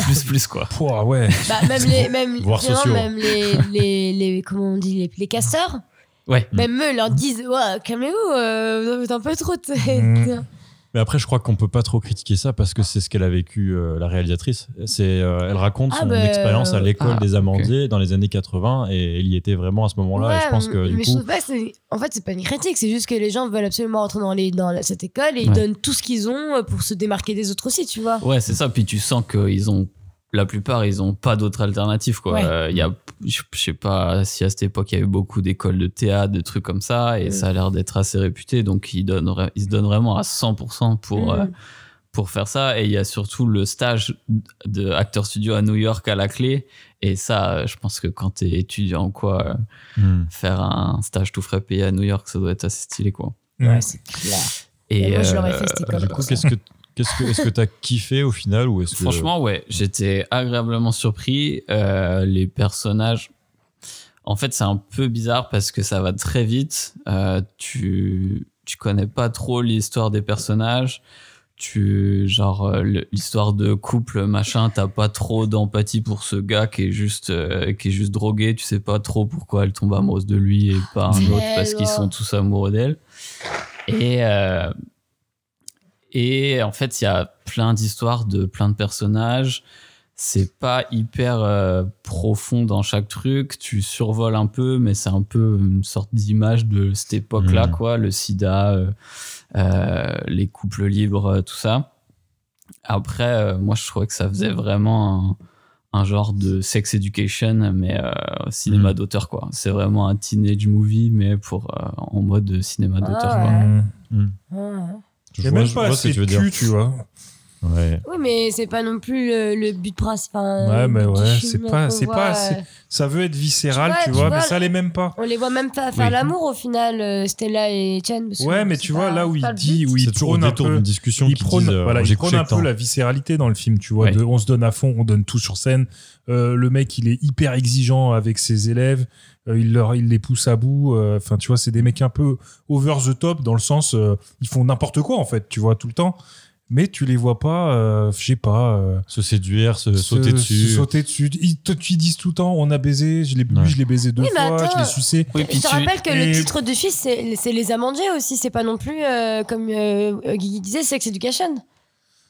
plus plus, quoi. Pouah, ouais. Bah, même les, même, Voire vraiment, sociaux. même les, les, les, comment on dit, les, les casteurs, Ouais. Mm. même eux leur disent, ouais, calmez-vous, euh, vous en faites un peu trop. tu sais. Mm. Mais après, je crois qu'on peut pas trop critiquer ça parce que c'est ce qu'elle a vécu, euh, la réalisatrice. C'est, euh, elle raconte Ah, son bah, expérience à l'école ah, des ok. Amandiers dans les années 80 et elle y était vraiment à ce moment-là. et je pense que mais du je coup, trouve pas que c'est- en fait, c'est pas une critique, c'est juste que les gens veulent absolument rentrer dans, les, dans la- cette école et ils Ouais. donnent tout ce qu'ils ont euh, pour se démarquer des autres aussi, tu vois. Ouais, c'est ça. Puis tu sens qu'ils ont, la plupart, ils ont pas d'autres alternatives, quoi. Ouais. Euh, Il y a, je je sais pas si à cette époque, il y avait beaucoup d'écoles de théâtre, de trucs comme ça, et Mm. ça a l'air d'être assez réputé. Donc, ils, donnent, vra- ils se donnent vraiment à 100% pour, Mm. euh, pour faire ça. Et il y a surtout le stage de Actor Studio à New York à la clé. Et ça, euh, je pense que quand t'es étudiant, quoi, euh, hmm. faire un stage tout frais payé à New York, ça doit être assez stylé, quoi. Ouais. c'est clair. Et, Et moi, je l'aurais euh, fait cette Bah, du école. coup, qu'est-ce que qu'est-ce que est-ce que t'as kiffé au final ou est-ce que Franchement, ouais, j'étais agréablement surpris. Euh, les personnages, en fait, c'est un peu bizarre parce que ça va très vite. Euh, tu, tu connais pas trop l'histoire des personnages. Tu, genre, euh, le- l'histoire de couple, machin, t'as pas trop d'empathie pour ce gars qui est juste, euh, qui est juste drogué. Tu sais pas trop pourquoi elle tombe amoureuse de lui et pas un autre parce qu'ils sont tous amoureux d'elle. Et, euh, et en fait, il y a plein d'histoires de plein de personnages. C'est pas hyper euh, profond dans chaque truc. Tu survoles un peu, mais c'est un peu une sorte d'image de cette époque-là, Mhm. quoi. Le sida, euh, euh, les couples libres, euh, tout ça. Après, euh, moi, je trouvais que ça faisait vraiment un, un genre de sex education, mais euh, cinéma Mhm. d'auteur, quoi. C'est vraiment un teenage movie, mais pour, euh, en mode cinéma d'auteur, Ah quoi. ouais. Mm. Ah. je Il y a vois, même je pas vois ce assez que de tu veux dire cul, tu vois. Ouais. Oui, mais c'est pas non plus le, le but principal. Ouais, le mais but du ouais, film, c'est pas- on c'est voit, pas euh, assez- Ça veut être viscéral, Tu vois, tu tu vois, vois, mais ça l'est même pas. On les voit même pas faire Oui. l'amour au final, euh, Stella et Chen. parce que Ouais, mais c'est tu pas- vois, là où c'est pas il le dit, but. où il C'est toujours au prône un détour peu. d'une discussion il qui prône, disent, euh, voilà, il j'ai prône couché un avec tant. peu la viscéralité dans le film, tu vois. Ouais. de on se donne à fond, on donne tout sur scène. Euh, le mec, il est hyper exigeant avec ses élèves. euh, il, leur, il les pousse à bout. euh, Enfin, tu vois, c'est des mecs un peu over the top dans le sens, euh, ils font n'importe quoi en fait, tu vois, tout le temps. Mais tu les vois pas, euh, je sais pas. euh, se séduire, se, se- sauter se dessus. sauter dessus. Ils te ils disent tout le temps, on a baisé, je l'ai bu, Ouais. je l'ai baisé deux Oui, mais fois, attends. je l'ai sucé. Oui, Je puis te tu- rappelle que le et- titre du film, euh, c'est c'est Les Amandiers aussi. C'est pas non plus, euh, comme euh, Guigui disait, Sex Education.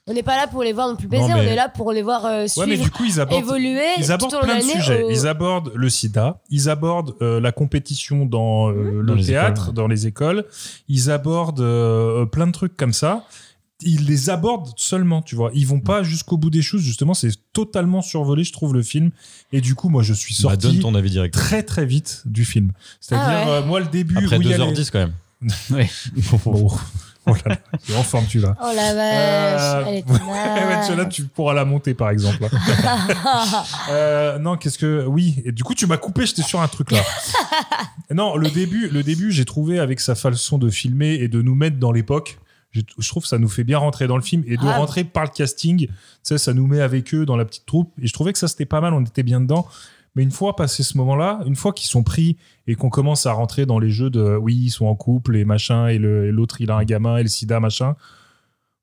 On n'est pas là pour les voir non plus baiser, Non, mais- on est là pour les voir euh, suivre, Ouais, mais du coup, ils abordent, évoluer ils abordent tout au long plein de de l'année euh, sujets. au- Ils abordent le sida, ils abordent euh, la compétition dans euh, le Dans les théâtre, écoles. dans les écoles, ils abordent euh, euh, plein de trucs comme ça. Ils les abordent seulement, tu vois. Ils vont pas jusqu'au bout des choses, justement. C'est totalement survolé, je trouve, le film. Et du coup, moi, je suis Bah, sorti donne ton avis direct. très, très vite du film. C'est-à-dire, Ah ouais. euh, moi, le début. Après où il y a les- 2h10 quand même. Oh, oh là là, t'es en forme, tu vas. Oh la vache, Euh, elle est ouais, naze. là, tu pourras la monter, par exemple. Euh, non, qu'est-ce que. Oui, et du coup, tu m'as coupé, j'étais sur un truc là. non, le début, le début j'ai trouvé avec sa façon de filmer et de nous mettre dans l'époque. Je, je trouve que ça nous fait bien rentrer dans le film et de Ah. rentrer par le casting. Tu sais, ça nous met avec eux dans la petite troupe. Et je trouvais que ça, c'était pas mal, on était bien dedans. Mais une fois passé ce moment-là, une fois qu'ils sont pris et qu'on commence à rentrer dans les jeux de euh, oui, ils sont en couple et machin, et le- et l'autre il a un gamin et le sida machin,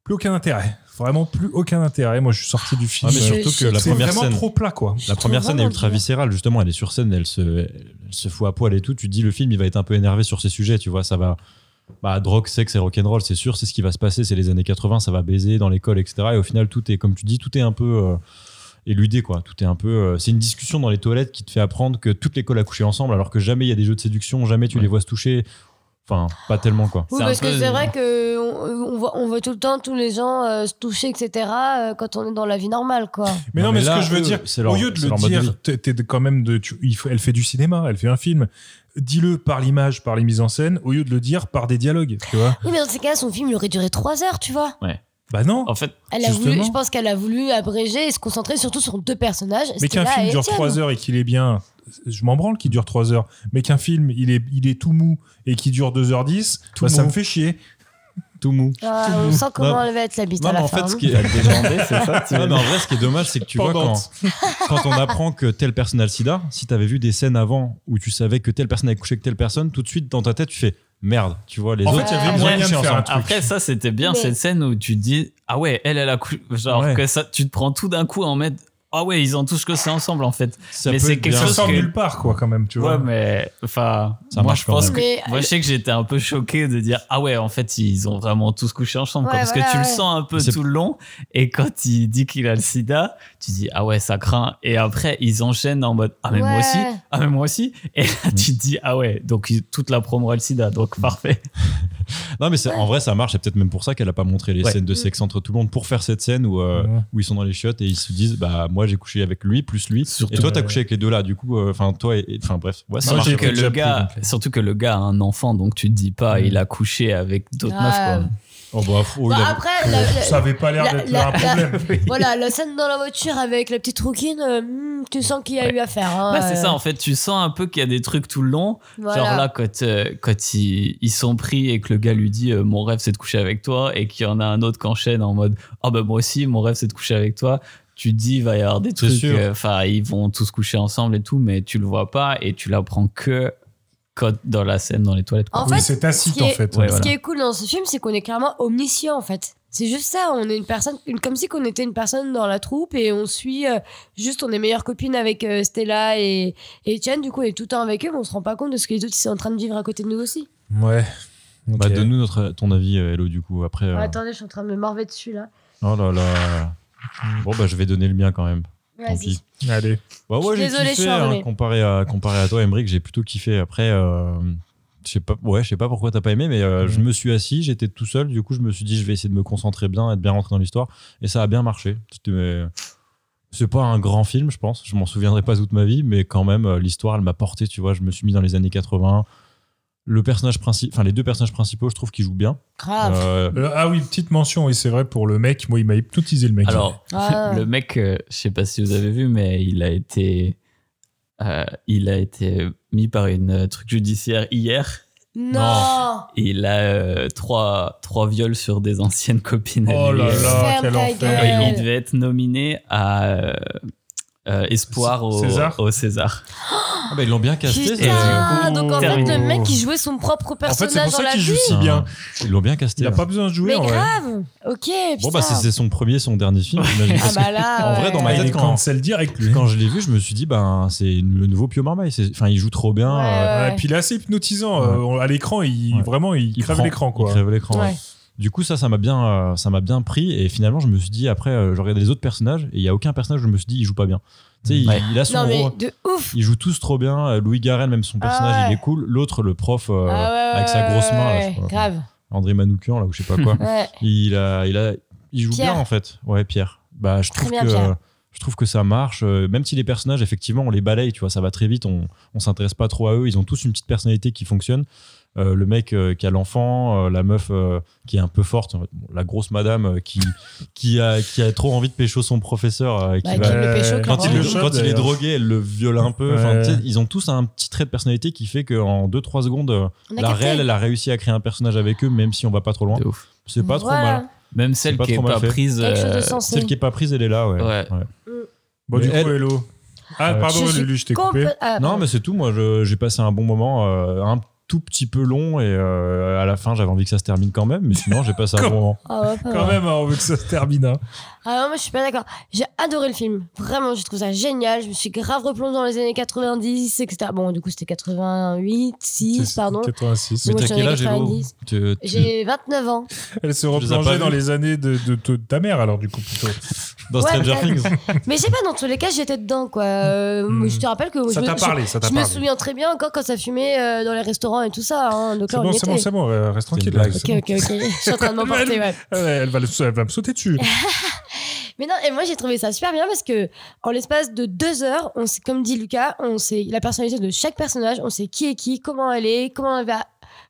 plus aucun intérêt. Vraiment plus aucun intérêt. Moi je suis sorti du film. Ah, mais euh, surtout que la c'est première vraiment scène. trop plat quoi. La première trouve scène est vraiment ultra bizarre. viscérale, justement. Elle est sur scène, elle se, elle se fout à poil et tout. Tu te dis, le film, il va être un peu énervé sur ces sujets, tu vois. Ça va. Bah, drogue, sexe et rock'n'roll, c'est sûr, c'est ce qui va se passer. C'est les années 80, ça va baiser dans l'école, etc. Et au final, tout est, comme tu dis, tout est un peu euh, éludé, quoi. Tout est un peu. euh, c'est une discussion dans les toilettes qui te fait apprendre que toute l'école a couché ensemble, alors que jamais il y a des jeux de séduction, jamais tu Ouais. les vois se toucher. Enfin, pas tellement, quoi. Oui, C'est un parce que peu- c'est vrai que on, on voit, on voit tout le temps tous les gens euh, se toucher, etc. euh, quand on est dans la vie normale, quoi. Mais non, Non, mais, mais ce là, que je veux eux, dire, c'est leur- au lieu de c'est le leur mode de vie. dire, t'es- t'es quand même de, tu- il faut- elle fait du cinéma, elle fait un film. Dis-le par l'image, par les mises en scène, au lieu de le dire par des dialogues, tu vois. Oui, mais dans ces cas, son film il aurait duré trois heures, tu vois. Bah non. En fait, Elle a voulu, Justement. je pense qu'elle a voulu abréger et se concentrer surtout sur deux personnages. Mais qu'un film dure 3 heures et qu'il est bien, je m'en branle qu'il dure 3 heures. Mais qu'un film, il est, il est tout mou et qu'il dure 2h10, Tout bah, ça mou. me fait chier. Tout mou. Ah, on sent comment Non. elle va être la bite à Non, mais la en fait, fin. ce hein. qui est c'est ça Non, mais en vrai, ce qui est dommage, c'est que tu vois, quand, Pendante. quand on apprend que tel personne a le sida, si t'avais vu des scènes avant où tu savais que telle personne avait couché avec telle personne, tout de suite dans ta tête, tu fais merde, tu vois, les En autres. fait, il y avait Ah, ils ont moyen de couché faire un ensemble. truc. Après, ça, c'était bien Mais- cette scène où tu dis Ah ouais, elle, elle a cou... Genre, Ouais. que ça, tu te prends tout d'un coup en mode Ah ouais, ils ont tous que c'est ensemble en fait. Ça Mais peut c'est être quelque bien. Ça chose sort que- nulle part, quoi, quand même, tu ouais, vois. mais enfin, Ça moi marche je quand pense même. que. Mais- euh, Moi, je sais que j'étais un peu choqué de dire Ah ouais, en fait, ils ont vraiment tous couché ensemble. quoi. Ouais, parce voilà, que tu le ouais. sens un peu C'est- tout le long. Et quand il dit qu'il a le sida, tu dis Ah ouais, ça craint. Et après, ils enchaînent en mode Ah mais moi Ouais. aussi. Ah mais moi aussi. Et là, tu te dis Ah ouais, donc ils- toute la promo a le sida. Donc parfait. Non, mais c'est- en vrai, ça marche. C'est peut-être même pour ça qu'elle a pas montré les Ouais. scènes de sexe entre tout le monde pour faire cette scène où, euh, Ouais. où ils sont dans les chiottes et ils se disent, bah, moi j'ai couché avec lui plus lui. Surtout- et toi, t'as Ouais. couché avec les deux là. Du coup, euh, enfin, toi et- et. Enfin, bref. Ouais, ça Moi, marche. j'ai- Surtout que, pris le déjà gars, pris, donc, surtout que le gars a un enfant, donc tu te dis pas, Mm. il a couché avec d'autres Ah. meufs. Oh, bah, oh, Bon, il a- après, la- la- Ça avait pas l'air la- d'être la- un problème. voilà, la scène dans la voiture avec la petite rouquine, euh, hmm, tu sens qu'il y a Ouais. eu affaire. Hein, Quoi. Bah, c'est euh, ça, en fait, tu sens un peu qu'il y a des trucs tout le long. voilà. Genre là, quand, euh, quand ils, ils sont pris et que le gars lui dit euh, Mon rêve, c'est de coucher avec toi, et qu'il y en a un autre qui enchaîne en mode Ah bah moi aussi, mon rêve, c'est de coucher avec toi. Tu te dis, il va y avoir des C'est trucs. sûr. euh, Enfin, ils vont tous coucher ensemble et tout, mais tu le vois pas et tu l'apprends que quand, dans la scène dans les toilettes. quoi. En Oui, fait, c'est tacite, ce qui en est- fait. Ouais, Ce voilà. qui est cool dans ce film, c'est qu'on est clairement omniscient en fait. C'est juste ça, on est une personne, une- comme si qu'on était une personne dans la troupe et on suit euh, juste, on est meilleures copines avec euh, Stella et, et Etienne, du coup on est tout le temps avec eux, mais on se rend pas compte de ce que les autres ils sont en train de vivre à côté de nous aussi. Ouais. Bah, Ok. donne-nous notre, ton avis, euh, Hello, du coup. Après. euh, Ah, attendez, je suis en train de me morver dessus là. Oh là là. Bon, bah, je vais donner le mien quand même. Tant Vas-y. pis. Allez. Bah ouais, Je suis j'ai désolée, je kiffé, suis enrhumée. hein, comparé, à, comparé à toi, Emmerich, j'ai plutôt kiffé. Après, euh, je sais pas, ouais, je sais pas pourquoi t'as pas aimé, mais euh, Mm. je me suis assis, j'étais tout seul, du coup je me suis dit je vais essayer de me concentrer bien, être bien rentré dans l'histoire, et ça a bien marché. C'était, euh, C'est pas un grand film, je pense, je m'en souviendrai pas toute ma vie, mais quand même, euh, l'histoire, elle m'a porté, tu vois, je me suis mis dans les années 80. Le personnage principal, enfin les deux personnages principaux, je trouve qu'ils jouent bien. Grave. Euh, Euh, ah oui, petite mention, oui, c'est vrai, pour le mec, moi, il m'a hypnotisé le mec. Alors, Ah. le mec, euh, je sais pas si vous avez vu, mais il a été, euh, il a été mis par une euh, truc judiciaire hier. Non, Et il a euh, trois, trois viols sur des anciennes copines. à oh lui. là là, Ferme quel ta enfer. gueule. Et il devait être nominé à euh, euh, Espoir au César au César. ah bah, ils l'ont bien casté, euh, ça- Putain, du coup, donc en fait terminé. le mec il jouait son propre En fait, c'est personnage pour dans ça la qu'il joue vie. si bien. Ah. ils l'ont bien casté. Il a ouais. pas besoin de jouer, Mais en vrai. grave. Ok, putain. Bon bah c'est c'est son premier, son dernier film. j'imagine, Ah parce que- bah là. en vrai, dans ma Ah, il tête, est quand- cancel direct, lui. Quand je l'ai vu, je me suis dit, ben, c'est le nouveau Pio Marmaille. C'est- Enfin, il joue trop bien. Ouais, euh, ouais. Ouais, puis il est assez hypnotisant. euh, à l'écrans, il, Ouais. vraiment, il, crève prend- l'écran, quoi. Il crève l'écran. ouais. Ouais. Du coup, ça, ça m'a bien, euh, ça m'a bien pris. Et finalement, je me suis dit, après, euh, je regardais les autres personnages et il y a aucun personnage où je me suis dit, il joue pas bien. Tu sais, il- Ouais. il, a son Non, mais rôle. de ouf Ils jouent tous trop bien. Euh, Louis Garrel, même son Ah personnage, il ouais. est cool. L'autre, le prof, euh, Ah ouais, avec sa ouais, grosse main, là, je ouais, sais pas. grave. André Manoukian, là, ou je sais pas quoi. Ouais. il a, il a, il joue Pierre. bien en fait. Ouais, Pierre. Bah, je trouve bien, que, Pierre. je trouve que ça marche. euh, Même si les personnages, effectivement, on les balaye, tu vois, ça va très vite. On, on s'intéresse pas trop à eux. Ils ont tous une petite personnalité qui fonctionne. Euh, le mec euh, qui a l'enfant, euh, la meuf euh, qui est un peu forte, en fait, bon, la grosse madame euh, qui, qui, a, qui a trop envie de pécho son professeur. euh, qui Bah, va- qui le pécho quand, il, même. le- quand il est D'ailleurs. drogué, elle le viole un peu. Enfin, Ouais. tu sais, ils ont tous un petit trait de personnalité qui fait qu'en 2-3 secondes, euh, On a la capté. réelle, elle a réussi à créer un personnage avec eux, même si on va pas trop loin. de ouf. C'est pas trop Voilà. mal. Même celle pas qui est trop mal pas fait. prise. Quelque chose de euh, sensé. Celle qui est pas prise, elle est là, ouais. Ouais. Ouais. Bon, du coup, Mais elle- hello. Ah, Ouais. Je pardon, suis Lulu, je t'ai coupé. complè- Ah, Non, pardon. mais c'est tout. Moi, je- j'ai passé un bon moment, euh, un tout petit peu long, et euh, à la fin, j'avais envie que ça se termine quand même, mais sinon, j'ai passé un bon moment. Ah ouais, pas Quand mal. même, hein, on veut que ça se termine. hein. Ah non, moi je suis pas d'accord. J'ai adoré le film. Vraiment, j'ai trouvé ça génial. Je me suis grave replongée dans les années 90, etc. Bon, du coup, c'était 88, 6, C'est- pardon. 86. Mais Moi, t'as j'en ai quel âge, âge, Hello 90. J'ai 29 ans. Elle se les as pas replongeait dans vus. les années de, de- de ta mère, alors, du coup, plutôt. Dans Ouais, Stranger peut-être. Things Mais je sais pas, dans tous les cas, j'étais dedans, quoi. Euh, Hmm. Je te rappelle que Ça je, me, t'a je- parlé, ça t'a je me parlé. souviens très bien encore quand ça fumait euh, dans les restaurants et tout ça. hein. Donc C'est là, on bon, y c'est bon, était. c'est bon, euh, reste tranquille. blague. là, c'est Ok, ok, ok. Je suis en train de m'emporter, ouais. bon. Elle, elle va, le- elle va me sauter dessus. Mais non, et moi j'ai trouvé ça super bien parce que en l'espace de deux heures, on sait, comme dit Lucas, on sait la personnalité de chaque personnage, on sait qui est qui, comment elle est, comment elle va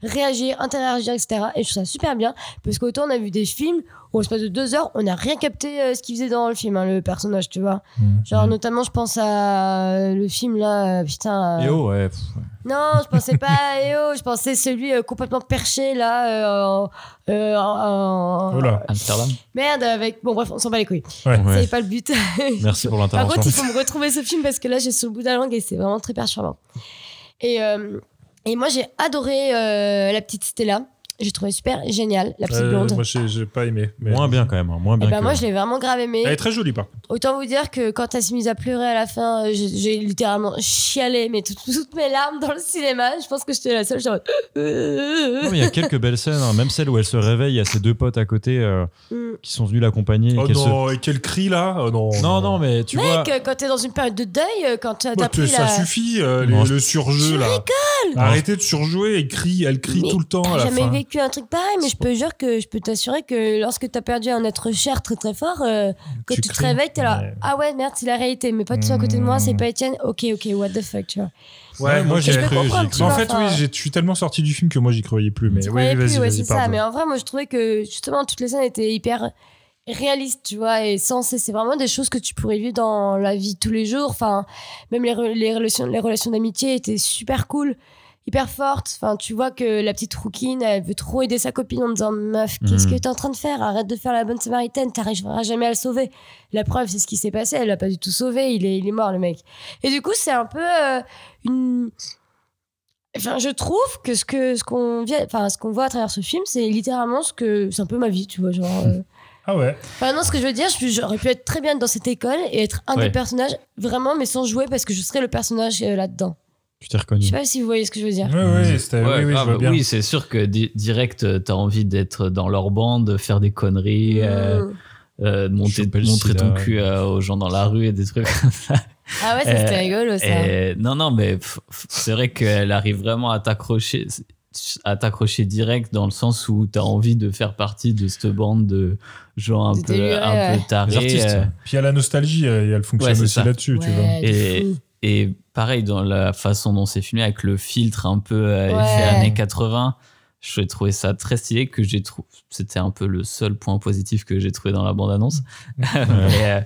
réagir, interagir, etc. Et je trouve ça super bien parce qu'autant on a vu des films où en l'espace de deux heures, on n'a rien capté euh, ce qu'il faisait dans le film, hein, le personnage, tu vois. Mm. Genre notamment, je pense à euh, le film là, euh, putain. euh, Et oh, ouais. pff, Non, je pensais pas à EO, je pensais celui euh, complètement perché là. euh, en- euh, en- en- Voilà. Amsterdam. Merde, avec. Bon, bref, on s'en bat les couilles. Ouais. ouais. C'est pas le but. Merci pour Par l'intervention. contre, il faut me retrouver ce film parce que là, j'ai sous le bout de la langue et c'est vraiment très perturbant. Et, euh, et moi, j'ai adoré euh, la petite Stella. J'ai trouvé super génial, la petite Euh, blonde. moi, j'ai j'ai pas aimé. mais- Moins bien, quand même. hein, Moins et bien. ben que- moi, je l'ai vraiment grave aimé. Elle est très jolie, par contre. Autant vous dire que quand elle s'est mise à pleurer à la fin, euh, j'ai j'ai littéralement chialé, mais tout- toutes mes larmes dans le cinéma. Je pense que j'étais la seule. Genre... Non, mais il y a quelques belles scènes, hein, même celle où elle se réveille, il y a ses deux potes à côté euh, Mm. qui sont venus l'accompagner. et Oh qu'elle se- non, et quel cri, là Oh non. non, non, mais tu vois. Mec, quand t'es dans une période de deuil, euh, quand t'as Bah, t'as te- pris ça la... suffit, euh, les- Non, je- le surjeu Je là. Arrêtez de surjouer, elle crie, elle crie Mais tout le temps hein, à J'ai la jamais fin. vécu un truc pareil, mais je peux jure que je peux t'assurer que lorsque t'as perdu un être cher très très fort, euh, quand Tu tu, te cries. réveilles, t'es là. Ouais. Ah ouais, merde, c'est la réalité. Mes potes sont à côté de moi, c'est Mm. pas Étienne. Ok, ok, what the fuck, tu vois. Eh Ouais, moi, ok. j'ai Je peux cru, comprendre, j'ai tu cru. Mais en vois, fait, oui, enfin, j'ai- je suis tellement sorti du film que moi j'y croyais plus. Mais tu oui, croyais vas-y, plus, ouais, vas-y, c'est ça. pardon. Mais en vrai, moi, je trouvais que justement, toutes les scènes étaient hyper réalistes, tu vois, et sensées. C'est vraiment des choses que tu pourrais vivre dans la vie de tous les jours. Enfin, même les, re- les relations, les relations d'amitié étaient super cool, hyper fortes. Enfin, tu vois que la petite rouquine, elle veut trop aider sa copine en disant Meuf, qu'est-ce Mhm. que t'es en train de faire Arrête de faire la bonne samaritaine, t'arriveras jamais à le sauver. La preuve, c'est ce qui s'est passé. Elle l'a pas du tout sauvé. Il est, il est mort, le mec. Et du coup, c'est un peu euh, une. Enfin, je trouve que ce que ce qu'on vit, enfin ce qu'on voit à travers ce film, c'est littéralement ce que c'est un peu ma vie, tu vois, genre. euh. Ah ouais. Enfin non, ce que je veux dire, je- j'aurais pu être très bien dans cette école et être un Ouais. des personnages vraiment, mais sans jouer parce que je serais le personnage euh, là-dedans. Tu t'es Je Mm. reconnu. sais pas si vous voyez ce que je veux dire. Ouais, ouais, c'était- Ouais, Eh oui, oui, je grave. vois bien. Oui, c'est sûr que di- direct, euh, t'as envie d'être dans leur bande, faire des conneries, euh, Mmh. euh, de monter, Choper le montrer ton sida. cul euh, aux gens dans la rue et des trucs comme ça. Ah ouais, ça c'était euh, rigolo ça. Et non, non, mais f- f- c'est vrai qu'elle arrive vraiment à t'accrocher à t'accrocher direct dans le sens où t'as envie de faire partie de cette bande de gens un De peu délurés, un peu ouais. tarés Les artistes. euh, Puis il y a la nostalgie, euh, et elle fonctionne Ouais, c'est aussi ça. là-dessus, tu vois. Ouais, de et- fou. et pareil dans la façon dont c'est filmé avec le filtre un peu euh, Ouais. effet années 80 je trouvais ça très stylé que j'ai trouvé c'était un peu le seul point positif que j'ai trouvé dans la bande annonce mais euh,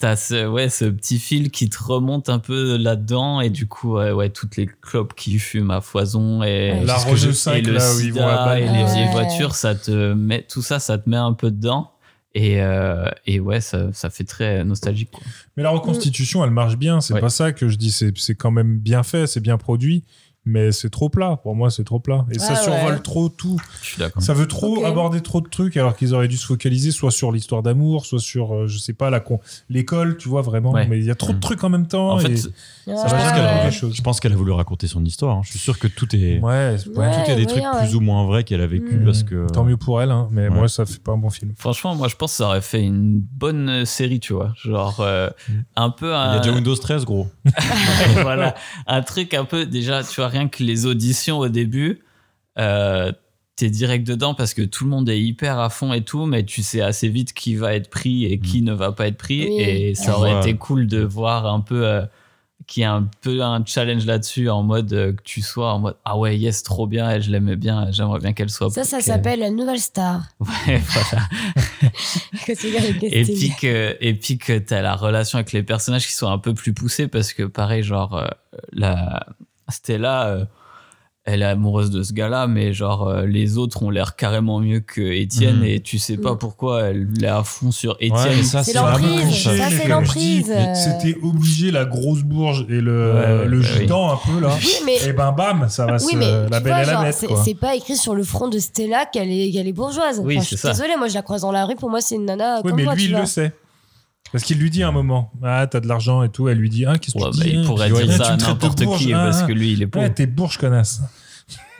t'as ce ouais ce petit fil qui te remonte un peu là dedans et du coup ouais, ouais, toutes les clopes qui fument à foison et Ouais. La c'est ce que Renault je- 5, et le là, où ils vont à sida, Bâle. et les vieilles Ouais. voitures ça te met tout ça ça te met un peu dedans et, euh, et ouais ça, ça fait très nostalgique quoi. Mais la reconstitution, elle marche bien. C'est Ouais. pas ça que je dis. C'est c'est quand même bien fait, c'est bien produit. mais c'est trop plat. Pour moi, c'est trop plat. Et ça Ah survole ouais. trop tout. Je suis d'accord. Ça veut trop Ok. aborder trop de trucs alors qu'ils auraient dû se focaliser soit sur l'histoire d'amour, soit sur, euh, je sais pas, la con- l'école, tu vois, vraiment. Ouais. Mais il y a trop de Mm. trucs en même temps. En et fait, ça va Ouais. jusqu'à Ouais. quelque chose. Je pense qu'elle a voulu raconter son histoire. hein. Je suis sûr que tout est. Ouais, c'est- Ouais, tout est des trucs moyen, plus ouais. Hmm. ou moins vrais qu'elle a vécu Mm. parce que. tant mieux pour elle, hein, mais Ouais. moi, ça fait pas un bon film. franchement, moi, je pense que ça aurait fait une bonne euh, série, tu vois. Genre, euh, un peu Mm. Il y a un. déjà Windows 13, gros. voilà. Un truc un peu, déjà, tu vois, rien que les auditions au début, euh, t'es direct dedans parce que tout le monde est hyper à fond et tout, mais tu sais assez vite qui va être pris Mm. et qui ne va pas être pris. Oui. Et Tu ça aurait vois. été cool de voir un peu. euh, qu'il y a un peu un challenge là-dessus en mode euh, que tu sois en mode ah ouais yes trop bien elle je l'aimais bien j'aimerais bien qu'elle soit Ça, ça euh, qu'elle- s'appelle la nouvelle star. ouais voilà Quand tu regardes le et casting. puis que et puis que t'as la relation avec les personnages qui sont un peu plus poussés parce que pareil genre euh, la Stella euh, elle est amoureuse de ce gars-là mais genre euh, les autres ont l'air carrément mieux que Étienne Mhm. et tu sais pas Mhm. pourquoi elle est à fond sur Ouais, mais Étienne ça, C'est c'est vraiment l'emprise, con, ça. ça, c'est Comme euh, je l'emprise. dis, C'était obligé la grosse bourge et le, Ouais, ouais, le bah gitan un peu là. Oui, mais Et ben bam, ça va Oui, se mais la tu belle vois, et la genre, bête c'est- quoi. c'est pas écrit sur le front de Stella qu'elle est, qu'elle est bourgeoise. Oui, Enfin, c'est je suis ça. désolée, moi je la croise dans la rue, pour moi c'est une nana Oui, comme mais moi, lui tu il vois. le sait. Parce qu'il lui dit à un moment, ah t'as de l'argent et tout, elle lui dit, ah qu'est-ce que Ouais, tu bah, dis il hein pourrait Puis, dire ouais, ça tu à me traites de n'importe qui bourge, hein, parce hein. que lui il est Ouais, pauvre t'es bourge connasse.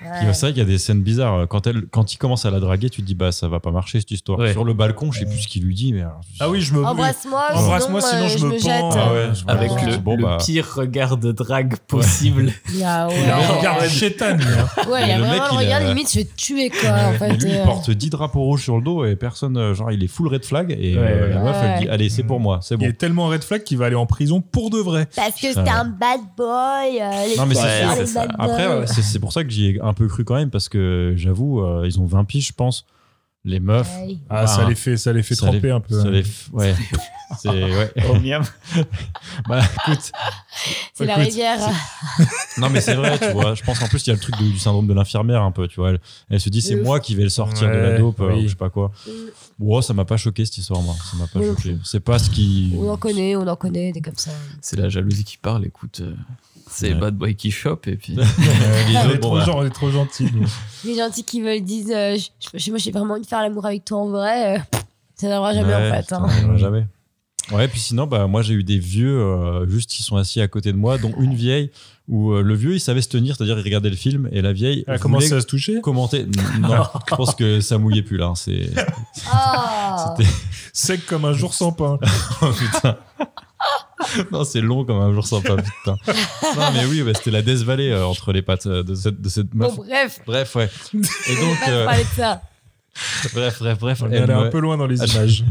Puis, C'est vrai qu'il y a des scènes bizarres. Quand, elle, quand il commence à la draguer, tu te dis, bah, ça va pas marcher cette histoire. Ouais. Sur le balcon, je sais plus ce qu'il lui dit, mais. alors, Ah oui, je me Embrasse-moi, oui. Embrasse-moi, sinon, euh, sinon je me pends. jette. Ah ouais, je me avec dis, le, bon, le bah, pire regard de drague possible Ah ouais. Il a un regard de chétane, lui, hein. Ouais, il y a Le mec, vraiment le il a- regard limite, je vais te tuer quoi. En fait, Et lui, il euh, porte 10 drapeaux rouges sur le dos et personne, euh, genre, il est full red flag. Et Ouais, euh, la ouais. meuf, elle Ouais. dit Allez, c'est pour moi, c'est Il bon. est tellement red flag qu'il va aller en prison pour de vrai. Parce que c'est Ouais. un bad boy. euh, les Non, mais c'est filles, sûr, les c'est ça. bad Après, boys. euh, c'est c'est pour ça que j'y ai un peu cru quand même, parce que j'avoue, euh, ils ont 20 piges, je pense. Les meufs. Ouais. Ah, Bah, ça les fait, ça les fait ça les- tremper un peu. ça hein. les f- ouais. C'est- ouais. Bah, écoute. C'est la écoute, rivière. Non, mais c'est vrai, tu vois. Je pense en plus qu'il y a le truc de- du syndrome de l'infirmière un peu, tu vois. Elle, elle se dit, c'est De ouf. moi qui vais le sortir de Ouais, la dope, euh, oui. ou je sais pas quoi. Bon, ça m'a pas choqué cette histoire, moi. Ça m'a pas Oui. choqué. C'est pas ce qui. On en connaît, on en connaît, des comme ça. c'est la jalousie qui parle écoute euh, c'est Ouais. bad boy qui chope et puis Les On autres, est bon, trop voilà. gen- on est trop gentils. nous. Les gentils qui me le disent, euh, je- je- moi j'ai vraiment envie de faire l'amour avec toi en vrai, euh, ça n'arrivera jamais Ouais, en fait. putain, hein. ça n'arrivera jamais. Ouais, puis sinon, bah, moi j'ai eu des vieux, euh, juste qui sont assis à côté de moi, dont une vieille, où euh, le vieux il savait se tenir, c'est-à-dire il regardait le film, et la vieille Elle a voulait commencé Ah, à se toucher. commenter. N- Non, je pense que ça mouillait plus là. hein, C'est. Ah. C'était- Sec comme un jour sans pain. Oh, putain. Non, c'est long comme un jour sympa, putain. Non, mais oui, bah, c'était la Death Valley euh, entre les pattes euh, de cette, de cette Bon, meuf. bref, Bref, ouais. Et on donc, va euh, parler de ça. bref, bref, bref. On est elle allé me- un peu loin dans les Ah, je- images.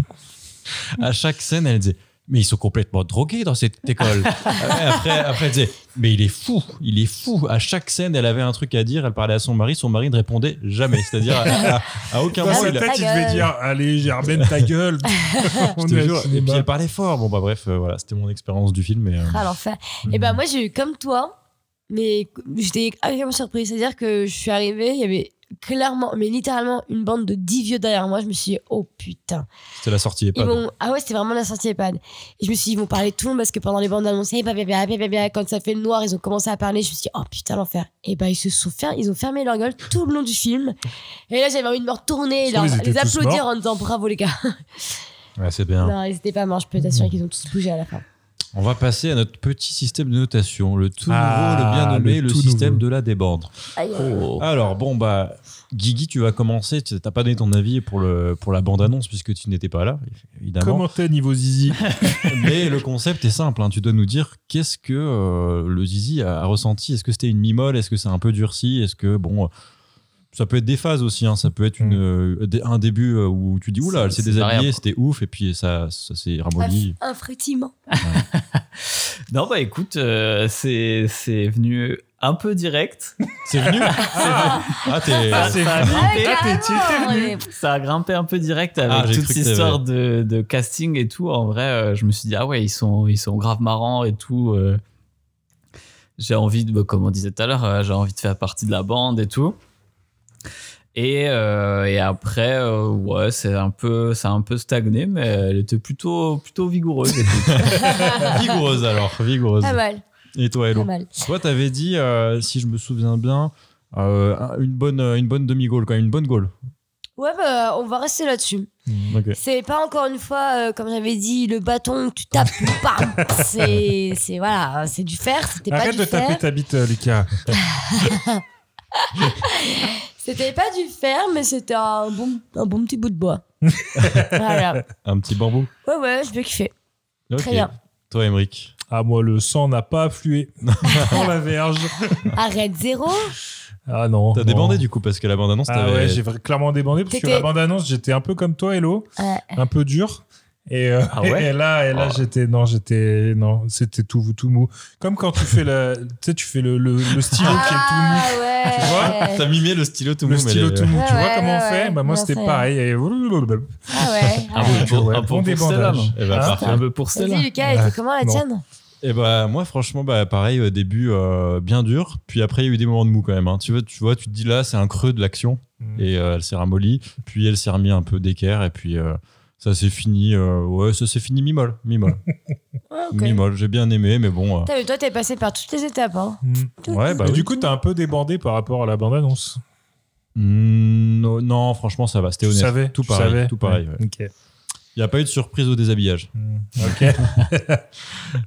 à chaque scène, elle disait mais ils sont complètement drogués dans cette école. après, après, après, elle disait mais il est fou, il est fou. À chaque scène, elle avait un truc à dire. Elle parlait à son mari, son mari ne répondait jamais. C'est-à-dire à, à- à aucun Dans moment. sa il a- tête, il Ta devait gueule. dire Allez, Germaine, ta gueule. je On te est jure. au et cinéma. puis elle parlait fort. Bon bah bref, euh, voilà, c'était mon expérience du film. mais, euh, Ah, l'enfer. Et ben moi j'ai eu comme toi, mais j'étais agréablement surprise. C'est-à-dire que je suis arrivée, il y avait clairement, mais littéralement une bande de 10 vieux derrière moi. Je me suis dit, oh putain. c'était la sortie Ils EHPAD. vont... Ah ouais, c'était vraiment la sortie EHPAD. Et je me suis dit, ils vont parler tout le monde parce que pendant les bandes annoncées, quand ça fait le noir, ils ont commencé à parler. Je me suis dit, oh putain, l'enfer. Et ben ils se sont fer- ils ont fermé leur gueule tout le long du film. Et là j'avais envie de me retourner et Parce leur- qu'ils étaient les tous Ah. applaudir en disant bravo les gars. Ouais, c'est bien. Non, ils étaient pas morts, je peux t'assurer qu'ils ont tous bougé à la fin. On va passer à notre petit système de notation, le tout nouveau, Ah, le bien nommé, le le, tout système nouveau. de la débande. Aïe, aïe. oh. Alors bon bah Guigui, tu vas commencer. Tu- T'as pas donné ton avis pour le pour la bande annonce puisque tu n'étais pas là évidemment. Comment t'es niveau zizi Mais le concept est simple. hein. Tu dois nous dire qu'est-ce que euh, le Zizi a, a ressenti. Est-ce que c'était une mimole Est-ce que c'est un peu durci Est-ce que bon euh, ça peut être des phases aussi. hein. Ça peut être une, Mm. euh, des- un début euh, où tu dis oula elle C'est- s'est c'est Ah, variable, déshabillée, quoi. c'était ouf et puis ça ça s'est ramolli. Un frétiment. non bah écoute euh, c'est c'est venu un peu direct C'est venu. ah t'es. Ça- ça a Ah, grimpé. carrément, mais- ça a grimpé un peu direct Ah, avec j'ai toute cru cette que histoire de, de casting et tout. En vrai, euh, je me suis dit, ah ouais, ils sont, ils sont grave marrants et tout. euh. j'ai envie, de, bah, comme on disait tout à l'heure, euh, j'ai envie de faire partie de la bande et tout. Et, euh, et après, euh, ouais, c'est un peu, ça a un peu stagné, mais elle était plutôt, plutôt vigoureuse. et tout. Ah Vigoureuse alors vigoureuse. Pas mal. Et toi, Hello Pas mal. Toi, t'avais dit, euh, si je me souviens bien, euh, une bonne, une bonne demi-goal, quand même, une bonne goal. Ouais, bah, on va rester là-dessus. Ok. C'est pas encore une fois, euh, comme j'avais dit, le bâton que tu tapes, bam, c'est, c'est voilà, c'est du fer, c'était pas Arrête du de fer. taper ta bite, euh, Lucas. C'était pas du fer, mais c'était un bon, un bon petit bout de bois. Voilà. Un petit bambou. Ouais, ouais, je vais kiffer. Ok. Très bien. Toi, Emric. Ah, moi, le sang n'a pas afflué dans la verge. Arrête zéro. Ah non. T'as non. débandé du coup parce que la bande-annonce Ah t'avait- ouais, j'ai vra- clairement débandé parce que T'étais- la bande-annonce, j'étais un peu comme toi, Hello, Euh, un peu dur. Et, euh, Ah ouais et là, et là Oh. j'étais non, j'étais non, c'était tout tout mou. Comme quand tu fais la, tu sais, tu fais le, le, le stylo qui est tout mou. ah ouais. Tu vois T'as mimé le stylo tout le mou, mais stylo les- tout mou. Ouais, tu vois ouais, comment ouais, on fait ouais. Bah, Moi, Non, c'était c'est- pareil. Et... Ah ouais. Un peu pour, Ouais, un peu bon pour débandage. Stella, Eh ben, Hein parfait. Un peu pour Stella. Vas-y, Lucas, elle était comment la Non. tienne Et bah moi franchement bah pareil au début euh, bien dur puis après il y a eu des moments de mou quand même hein. tu vois tu vois tu te dis là c'est un creux de l'action Mm. et euh, elle s'est ramollie puis elle s'est remis un peu d'équerre et puis euh, ça s'est fini euh, ouais ça s'est fini mi-molle mi-molle Ouais, Ah, ok. mi-molle j'ai bien aimé mais bon euh, Putain, mais toi, t'es passé par toutes les étapes. Hein. ouais bah Et oui. du coup, t'as un peu débandé par rapport à la bande-annonce. Mm, no- non franchement ça va c'était Tu honnête savais, tout tu pareil savais. tout pareil ouais. Ok. il n'y a pas eu de surprise au déshabillage Mm. Ok.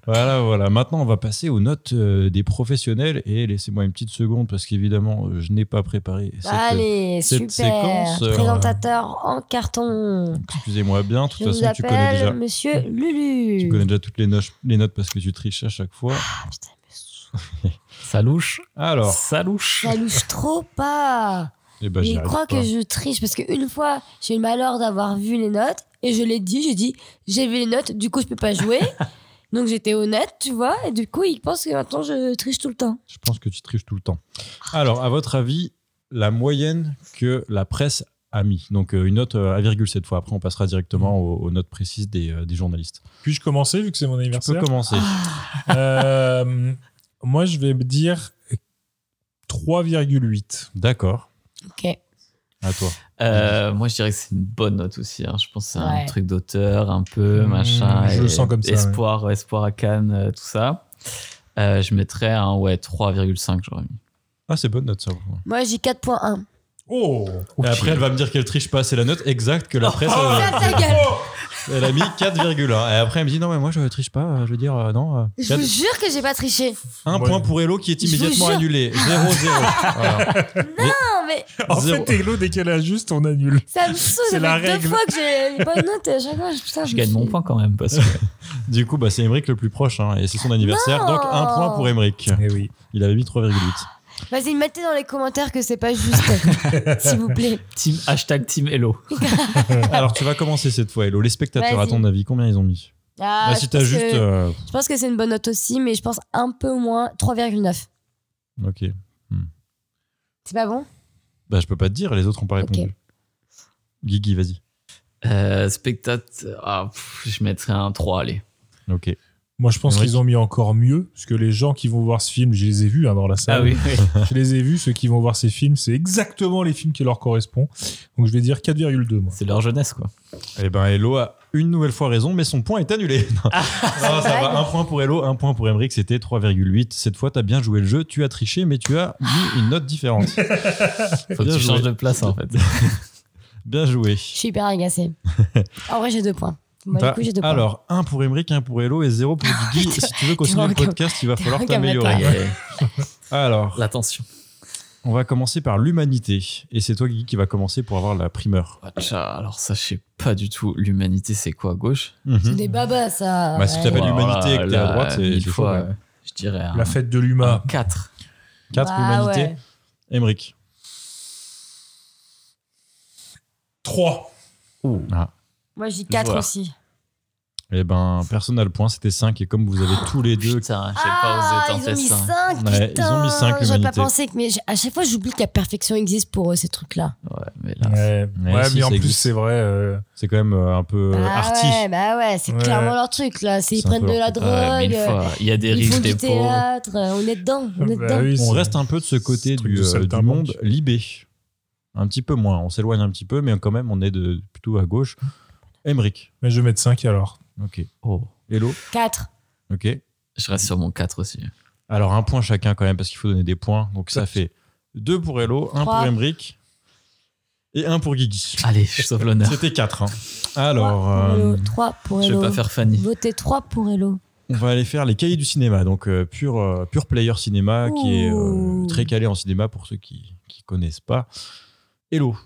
Voilà, voilà. Maintenant, on va passer aux notes euh, des professionnels. Et laissez-moi une petite seconde parce qu'évidemment, euh, je n'ai pas préparé cette, euh, Bah, Allez, cette super. séquence, euh, Présentateur en carton. Excusez-moi bien. De toute Je façon, vous tu connais appelle déjà, Monsieur Lulu. tu connais déjà toutes les, noches- les notes parce que tu triches à chaque fois. Ah, putain, mais Ça louche. Alors, Ça louche. ça louche trop pas. eh ben, Mais j'y il arrive croit pas. que je triche parce qu'une fois, j'ai eu le malheur d'avoir vu les notes et je l'ai dit, j'ai dit, j'ai vu les notes, du coup, je peux pas jouer. Donc j'étais honnête, tu vois, et du coup, il pense que maintenant, je triche tout le temps. Je pense que tu triches tout le temps. Alors, à votre avis, la moyenne que la presse a mis Donc, euh, une note euh, à virgule cette fois. Après, on passera directement aux, aux notes précises des, euh, des journalistes. Puis-je commencer vu que c'est mon Tu peux anniversaire commencer. Euh, Moi, je vais me dire 3,8. D'accord. Ok. À toi. Euh, moi, je dirais que c'est une bonne note aussi. hein. Je pense que c'est un Ouais. truc d'auteur, un peu, Mmh, machin. je et le sens comme ça, Espoir, espoir à Cannes, euh, tout ça. Euh, je mettrais un ouais, 3,5, j'aurais mis. Ah, c'est bonne note, ça. vraiment. Moi, j'ai 4.1. Oh Et après, elle va me dire qu'elle triche pas. C'est la note exacte Oh, que la presse. euh, Ferme ta gueule. oh. Elle a mis 4,1. Et après, elle me dit non, mais moi, je triche pas. euh, Je veux dire, euh, non. euh, Je quatre- vous jure que j'ai pas triché. un Ouais. point pour Hello qui est Je vous immédiatement jure. annulé. 0-0. Voilà. Non, mais En Zéro. fait, Hello, dès qu'elle ajuste, on annule. ça me saoule. C'est C'est la deux règle. fois que j'ai les bonnes notes et à chaque fois, je, putain, Je me gagne mon suis- point quand même. Parce que... Du coup, bah, c'est Emmerich le plus proche. hein, et c'est son anniversaire. Non. Donc, un point pour Emmerich. Eh oui. Il avait mis 3,8. Vas-y, mettez dans les commentaires que c'est pas juste. S'il vous plaît. team, hashtag Team Hello. Alors, tu vas commencer cette fois, Hello. Les spectateurs, Vas-y. à ton avis, combien ils ont mis Ah, Bah, je Si t'as pense juste. que- euh, Je pense que c'est une bonne note aussi, mais je pense un peu moins. 3,9. Ok. C'est pas bon Bah, je peux pas te dire. Les autres ont pas Ok. répondu. Guigui, vas-y. Euh, spectateur. ah, pff, je mettrais un 3, allez. Ok. Moi, je pense Henrik. qu'ils ont mis encore mieux, parce que les gens qui vont voir ce film, je les ai vus hein, dans la salle. Ah oui, oui. Je les ai vus, ceux qui vont voir ces films, c'est exactement les films qui leur correspondent. Donc, je vais dire 4,2, moi. c'est leur jeunesse, quoi. Eh ben, Hello a une nouvelle fois raison, mais son point est annulé. Non, Ah, Non, ça dingue. va. Un point pour Hello, un point pour Emmerich, c'était 3,8. Cette fois, t'as bien joué le jeu, tu as triché, mais tu as Ah. mis une note différente. Faut que Bien tu joué. changes de place, en fait. Bien joué. Je suis hyper agacée. en vrai, j'ai deux points. Moi, du T'as- coup, j'ai deux points. Bah, Ah, Alors, un pour Emmerich, un pour Hello et zéro pour Guigui. si tu veux continuer le T'es un podcast, il va t'es falloir un gamin, Aïe, t'améliorer. aïe, aïe. Alors, La tension. on va commencer par l'humanité. Et c'est toi, Guigui, qui va commencer pour avoir la primeur. Ah, tcha, alors, ça, je sais pas du tout. L'humanité, c'est quoi, gauche C'est Mhm. des babas, ça. Bah, si t'appelles Bon, l'humanité et alors que là, t'es à là, droite, c'est- mille c'est fois, chaud, ouais. euh, je dirais Ah. un, La fête de Ah. l'humain. 4. 4 Bah, humanité. ouais. Emmerich. 3. Moi, j'ai quatre Voilà. aussi. Eh ben, personne n'a le point, c'était 5. Et comme vous avez tous les deux Putain, j'ai Ah, pas osé ils tenter ont mis ça. 5, Ouais, ils ont mis cinq, J'aurais pas l'humanité. pensé que... Mais j- à chaque fois, j'oublie que la perfection existe pour eux, ces trucs-là. Ouais, mais là, Ouais, Ouais, Ouais, Ah. si, mais ça en plus, existe. c'est vrai. euh, C'est quand même euh, un peu euh, bah arty. ouais, bah ouais, c'est Ouais. clairement leur truc, là. C'est, ils C'est un prennent peu de la leur drogue, Ouais, mille euh, fois. Il y a des ils font riches, des du pauvres. théâtre, euh, on est dedans, on est bah dedans. oui, On c'est- reste un peu de ce côté truc du, de euh, du saltimbanque. monde libé. Un petit peu moins. On s'éloigne un petit peu, mais quand même, on est de, plutôt à gauche. Emmerich. Mais je vais mettre 5 alors. Ok. Oh. Hello. 4. Ok. Je reste sur mon 4 aussi. Alors, un point chacun quand même, parce qu'il faut donner des points. Donc, ça fait deux pour Hello, un Trois. pour Emric et un pour Guigui. Ah, Allez, je sauve l'honneur. C'était quatre. hein. Alors, euh, 3 pour Je Hello. vais pas faire Fanny. Votez 3 pour Hello. on va aller faire les cahiers du cinéma. Donc, euh, pure, euh, pure player cinéma qui est euh, Ouh. très calé en cinéma pour ceux qui ne connaissent pas. Hello.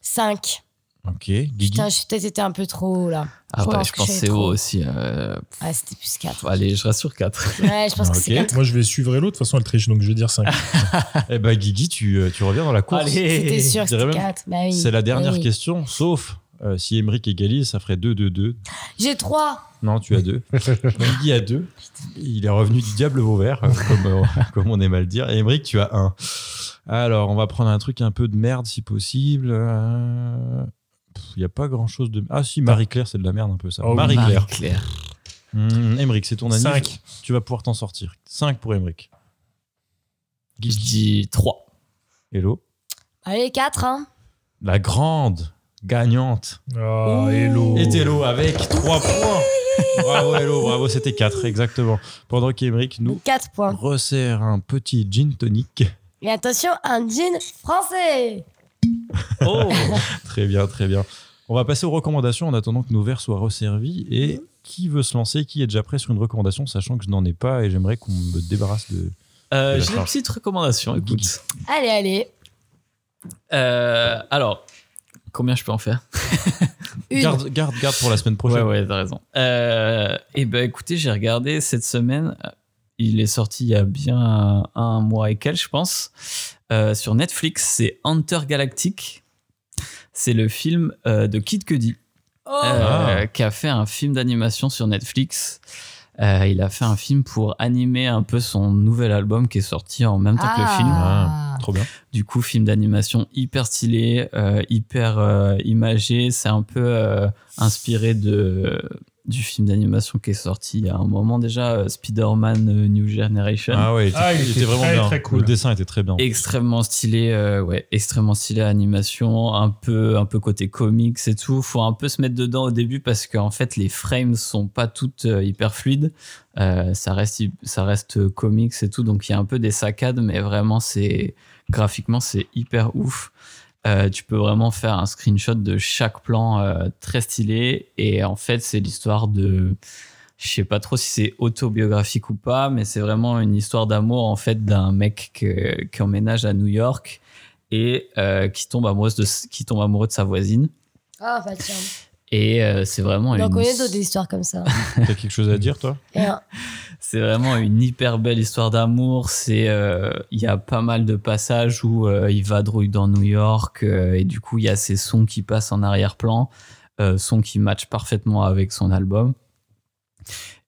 5. Ok. Guigui. Putain, j'ai peut-être été un peu trop haut là. Ah crois bah, je que pensais j'ai haut trop. aussi. euh, pff, Ah, c'était plus 4. allez, je rassure 4. Ouais, je pense que c'est Ok. 4. Moi, je vais suivre l'autre. De toute façon, elle triche, donc je vais dire 5. Eh ben, Guigui, tu, euh, tu reviens dans la course. C'était sûr que Je dirais c'était même- 4. Bah, oui. C'est la dernière Bah oui. question, sauf euh, si Emric égalise, ça ferait 2-2-2. J'ai 3. Non, tu as 2. Guigui a 2. Il est revenu du diable Vauvert, euh, comme, euh, comme on aime à le dire. Et Emric, tu as 1. Alors, on va prendre un truc un peu de merde si possible. Euh, pff, Il n'y a pas grand chose de. Ah, si, Marie-Claire, c'est de la merde un peu ça. Oh oui. Marie-Claire. Claire. Hum, Emric, c'est ton année. Cinq. Tu vas pouvoir t'en sortir. 5 pour Emric. Je dis 3. Hello. Allez, 4. Hein. La grande gagnante Oh, hello. Et Hello avec 3 points. Bravo Hello, bravo, c'était 4, exactement. Pendant qu'Emeric nous 4 points. resserre un petit gin tonic. Et attention, un jean français. Oh Très bien, très bien. On va passer aux recommandations en attendant que nos verres soient resservis. Et qui veut se lancer Qui est déjà prêt sur une recommandation, sachant que je n'en ai pas et j'aimerais qu'on me débarrasse de... Euh, D'accord. J'ai une petite recommandation, écoute. Allez, allez. Euh, alors, combien je peux en faire Une. Garde, garde, garde pour la semaine prochaine. Ouais, ouais, t'as raison. Euh, et ben, écoutez, j'ai regardé cette semaine. euh, Il est sorti il y a bien un, un mois et quelques, je pense. Euh, sur Netflix, c'est Hunter Galactic. C'est le film euh, de Kid Cudi, Oh. euh, Ah. qui a fait un film d'animation sur Netflix. Euh, il a fait un film pour animer un peu son nouvel album qui est sorti en même temps que le film. Ah. Trop bien. Du coup, film d'animation hyper stylé, euh, hyper euh, imagé. C'est un peu euh, inspiré de, du film d'animation qui est sorti il y a un moment déjà, euh, Spider-Man euh, New Generation. Ah ouais, il était, Ah, il il était était vraiment très, bien. très cool. Le dessin était très bien. Extrêmement stylé, euh, ouais, extrêmement stylé animation, un peu, un peu côté comics et tout. Faut un peu se mettre dedans au début parce qu'en fait les frames sont pas toutes euh, hyper fluides. Euh, ça reste, hy- ça reste euh, comics et tout, donc il y a un peu des saccades, mais vraiment c'est graphiquement c'est hyper ouf. Euh, tu peux vraiment faire un screenshot de chaque plan euh, très stylé et en fait c'est l'histoire de je sais pas trop si c'est autobiographique ou pas, mais c'est vraiment une histoire d'amour en fait d'un mec que- qui emménage à New York et euh, qui tombe amoureuse de qui tombe amoureux de sa voisine. Ah, bah tiens. Et euh, c'est vraiment On en une connaît d'autres des histoires comme ça. T'as quelque chose à dire, toi Et un- c'est vraiment une hyper belle histoire d'amour. C'est euh, il y a pas mal de passages où euh, il vadrouille dans New York euh, et du coup il y a ces sons qui passent en arrière-plan, euh, sons qui matchent parfaitement avec son album.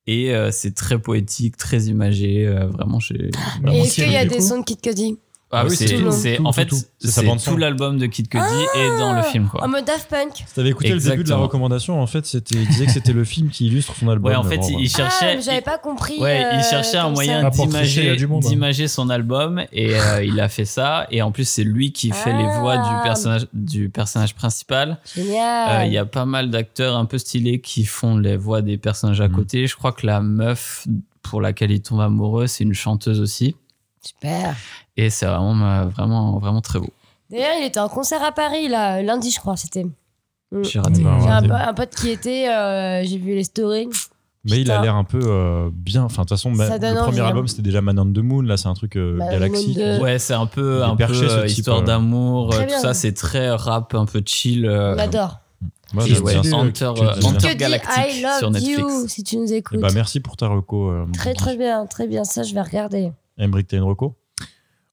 Et euh, c'est très poétique, très imagé. euh, vraiment, j'ai Et Vraiment, est-ce si qu'il y a elle est des cool. sons de Kid Cudi Ah oui, oui, c'est c'est tout, c'est- tout, en tout, fait tout. C'est sa c'est bande son. tout l'album de Kid Cudi est dans Ah le film quoi. En mode Daft Punk. Si t'avais écouté le début de la Exactement. recommandation, en fait, c'était- il disait que c'était le film qui illustre son album. Ouais, en fait, Bon, il, voilà. il ah, cherchait mais j'avais pas compris. Ouais, il euh, cherchait un comme moyen ça. Ah, pour tricher, il y d'imager a du monde, hein. d'imager son album et euh, il a fait ça et en plus c'est lui qui fait les voix Ah. du personnage du personnage principal. Euh, Il Génial. y a pas mal d'acteurs un peu stylés qui font les voix des personnages à Mm. Mhm. côté. Je crois que la meuf pour laquelle il tombe amoureux, c'est une chanteuse aussi Super. et c'est vraiment euh, vraiment vraiment très beau. D'ailleurs, il était en concert à Paris, là, lundi, je crois, c'était. Mm. J'ai J'ai raté. Bah, un, raté. po- un pote qui était, euh, j'ai vu les stories. Mais il a Putain. l'air un peu euh, bien. Enfin, de toute façon, Ça ma- donne le premier envie, hein. Bah, album, c'était déjà Man on the Moon. Là, c'est un truc euh, Man on Galaxy. the- Ouais, c'est un Il est peu, un peu perché, ce euh, type, histoire euh. d'amour, Très euh, bien. tout ça, c'est très rap, un peu chill. euh, On adore. Ouais, et j'aime ouais, bien c'est ça. un- Hunter, tu le euh, dis hein. bien. Hunter Que dit I Galactic love sur Netflix. you si tu nous Eh écoutes. ben, merci pour ta reco. euh, très très bien, très bien. Ça, je vais regarder. Emmerich, t'as une reco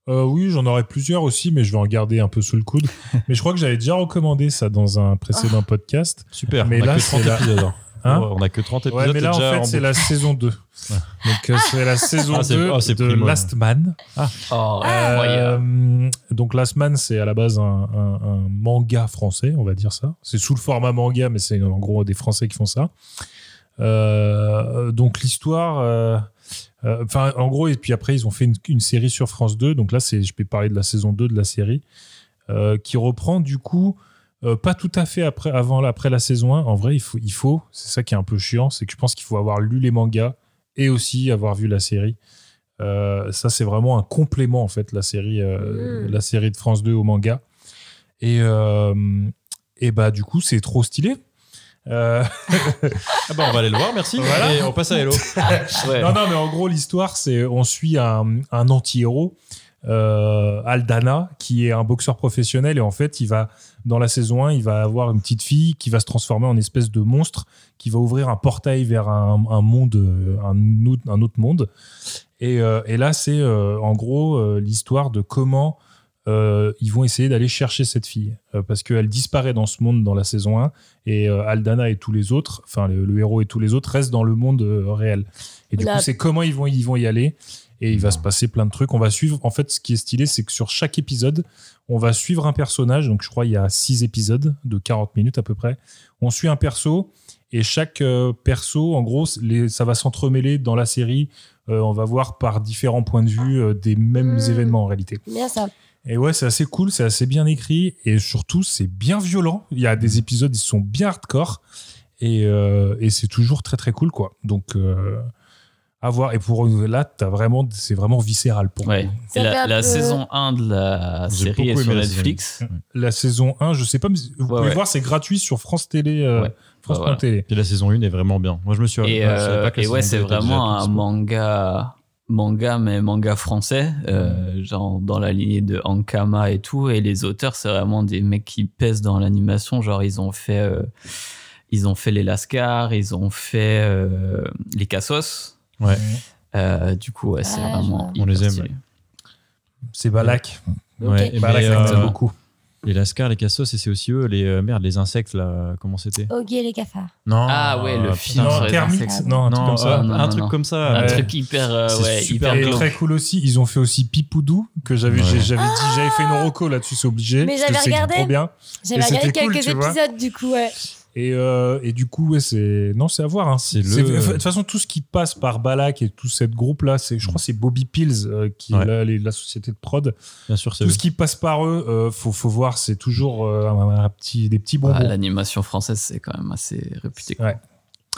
Euh, oui, j'en aurais plusieurs aussi, mais je vais en garder un peu sous le coude. mais je crois que j'avais déjà recommandé ça dans un précédent podcast. Super. Mais on a là, que 30 c'est la- épisodes. hein. Hein Ouais, on a que 30 épisodes. Ouais, mais là, en déjà fait, c'est boucle. la saison 2. Donc, euh, c'est la saison Ah, c'est- 2 ah, c'est de Primo. Last Man. Oh, Ah. Euh, incroyable. donc, Last Man, c'est à la base un, un- un manga français, on va dire ça. C'est sous le format manga, mais c'est en gros des Français qui font ça. Euh, donc, l'histoire. euh, euh, Enfin, en gros, et puis après, ils ont fait une, une série sur France 2. Donc là, c'est, je peux parler de la saison 2 de la série, euh, qui reprend du coup, euh, pas tout à fait après, avant, après la saison 1. En vrai, il faut, il faut c'est ça qui est un peu chiant, c'est que je pense qu'il faut avoir lu les mangas et aussi avoir vu la série. Euh, ça, c'est vraiment un complément, en fait, la série, euh, Mhm. la série de France 2 au manga. Et, euh, et bah, du coup, c'est trop stylé. Euh, Ah bah on va aller le voir, merci. Voilà. Et on passe à Hello. Ouais. Non, non, mais en gros, l'histoire, c'est on suit un, un anti-héros, euh, Aldana, qui est un boxeur professionnel. Et en fait, il va, dans la saison 1, il va avoir une petite fille qui va se transformer en espèce de monstre, qui va ouvrir un portail vers un, un monde, euh, un, autre- un autre monde. Et, euh, et là, c'est euh, en gros euh, l'histoire de comment euh, ils vont essayer d'aller chercher cette fille. Euh, parce qu'elle disparaît dans ce monde dans la saison 1, et euh, Aldana et tous les autres, enfin le, le héros et tous les autres, restent dans le monde euh, réel. Et du La- coup, c'est comment ils vont, ils vont y aller. Et il va se passer plein de trucs. On va suivre. En fait, ce qui est stylé, c'est que sur chaque épisode, on va suivre un personnage. Donc, je crois il y a six épisodes de 40 minutes à peu près. On suit un perso et chaque euh, perso, en gros, c- les- ça va s'entremêler dans la série. Euh, on va voir par différents points de vue euh, des mêmes Mmh. événements en réalité. Bien ça. Et ouais, c'est assez cool, c'est assez bien écrit et surtout c'est bien violent. Il y a Hmm. des épisodes, ils sont bien hardcore et, euh, et c'est toujours très très cool quoi. Donc euh, à voir. Et pour là, t'as vraiment, c'est vraiment viscéral pour Ouais. moi. Et fait la, un la peu- saison 1 de la J'ai beaucoup série est aimé sur la Netflix. La saison 1, je sais pas, mais vous pouvez ouais. voir, c'est gratuit sur France Télé. euh, Ouais. France Ouais, voilà. Télé. Puis la saison 1 est vraiment bien. Moi je me suis Et, ouais, je savais euh, pas que la et ouais, saison c'est deux était déjà vraiment toute un dispo. manga, manga, mais manga français, euh, genre dans la lignée de Ankama et tout. Et les auteurs, c'est vraiment des mecs qui pèsent dans l'animation. Genre, ils ont fait, euh, ils ont fait les Lascars, ils ont fait euh, les Cassos. Ouais. Euh, du coup, ouais, c'est Ah, vraiment. je vois. On les hyper aime, stylé. C'est Balak. Ouais, Ok. et Balak, mais, Bah, ça me plaît euh, beaucoup. les lascars, les cassos, et c'est aussi eux, les euh, merde, les insectes là, comment c'était Ok, les cafards. Non. Ah ouais, le putain, film. Non, sur les Termites. insectes. Non, un truc Non, comme ça. euh, Non, un non, truc non. comme ça. Un ouais. truc hyper, euh, C'est ouais, super hyper Et glauque. glauque. très cool aussi. Ils ont fait aussi Pipoudou que j'avais, Ouais. j'ai- j'avais dit, j'avais fait une reco là-dessus, c'est obligé. Mais parce que j'avais c'est regardé. Trop bien. Et J'avais regardé c'était cool, quelques tu vois. épisodes du coup, ouais. Et, euh, et du coup, ouais, c'est non, c'est à voir. hein. C'est le- C'est- De toute façon, tout ce qui passe par Balak et tout cette groupe là, c'est je crois que c'est Bobby Pills euh, qui est Ouais. la, les- la société de prod. Bien sûr, c'est Tout eux. ce qui passe par eux, euh, faut, faut voir, c'est toujours euh, un, un petit des petits bonbons. Ah, L'animation française, c'est quand même assez réputé. Ouais.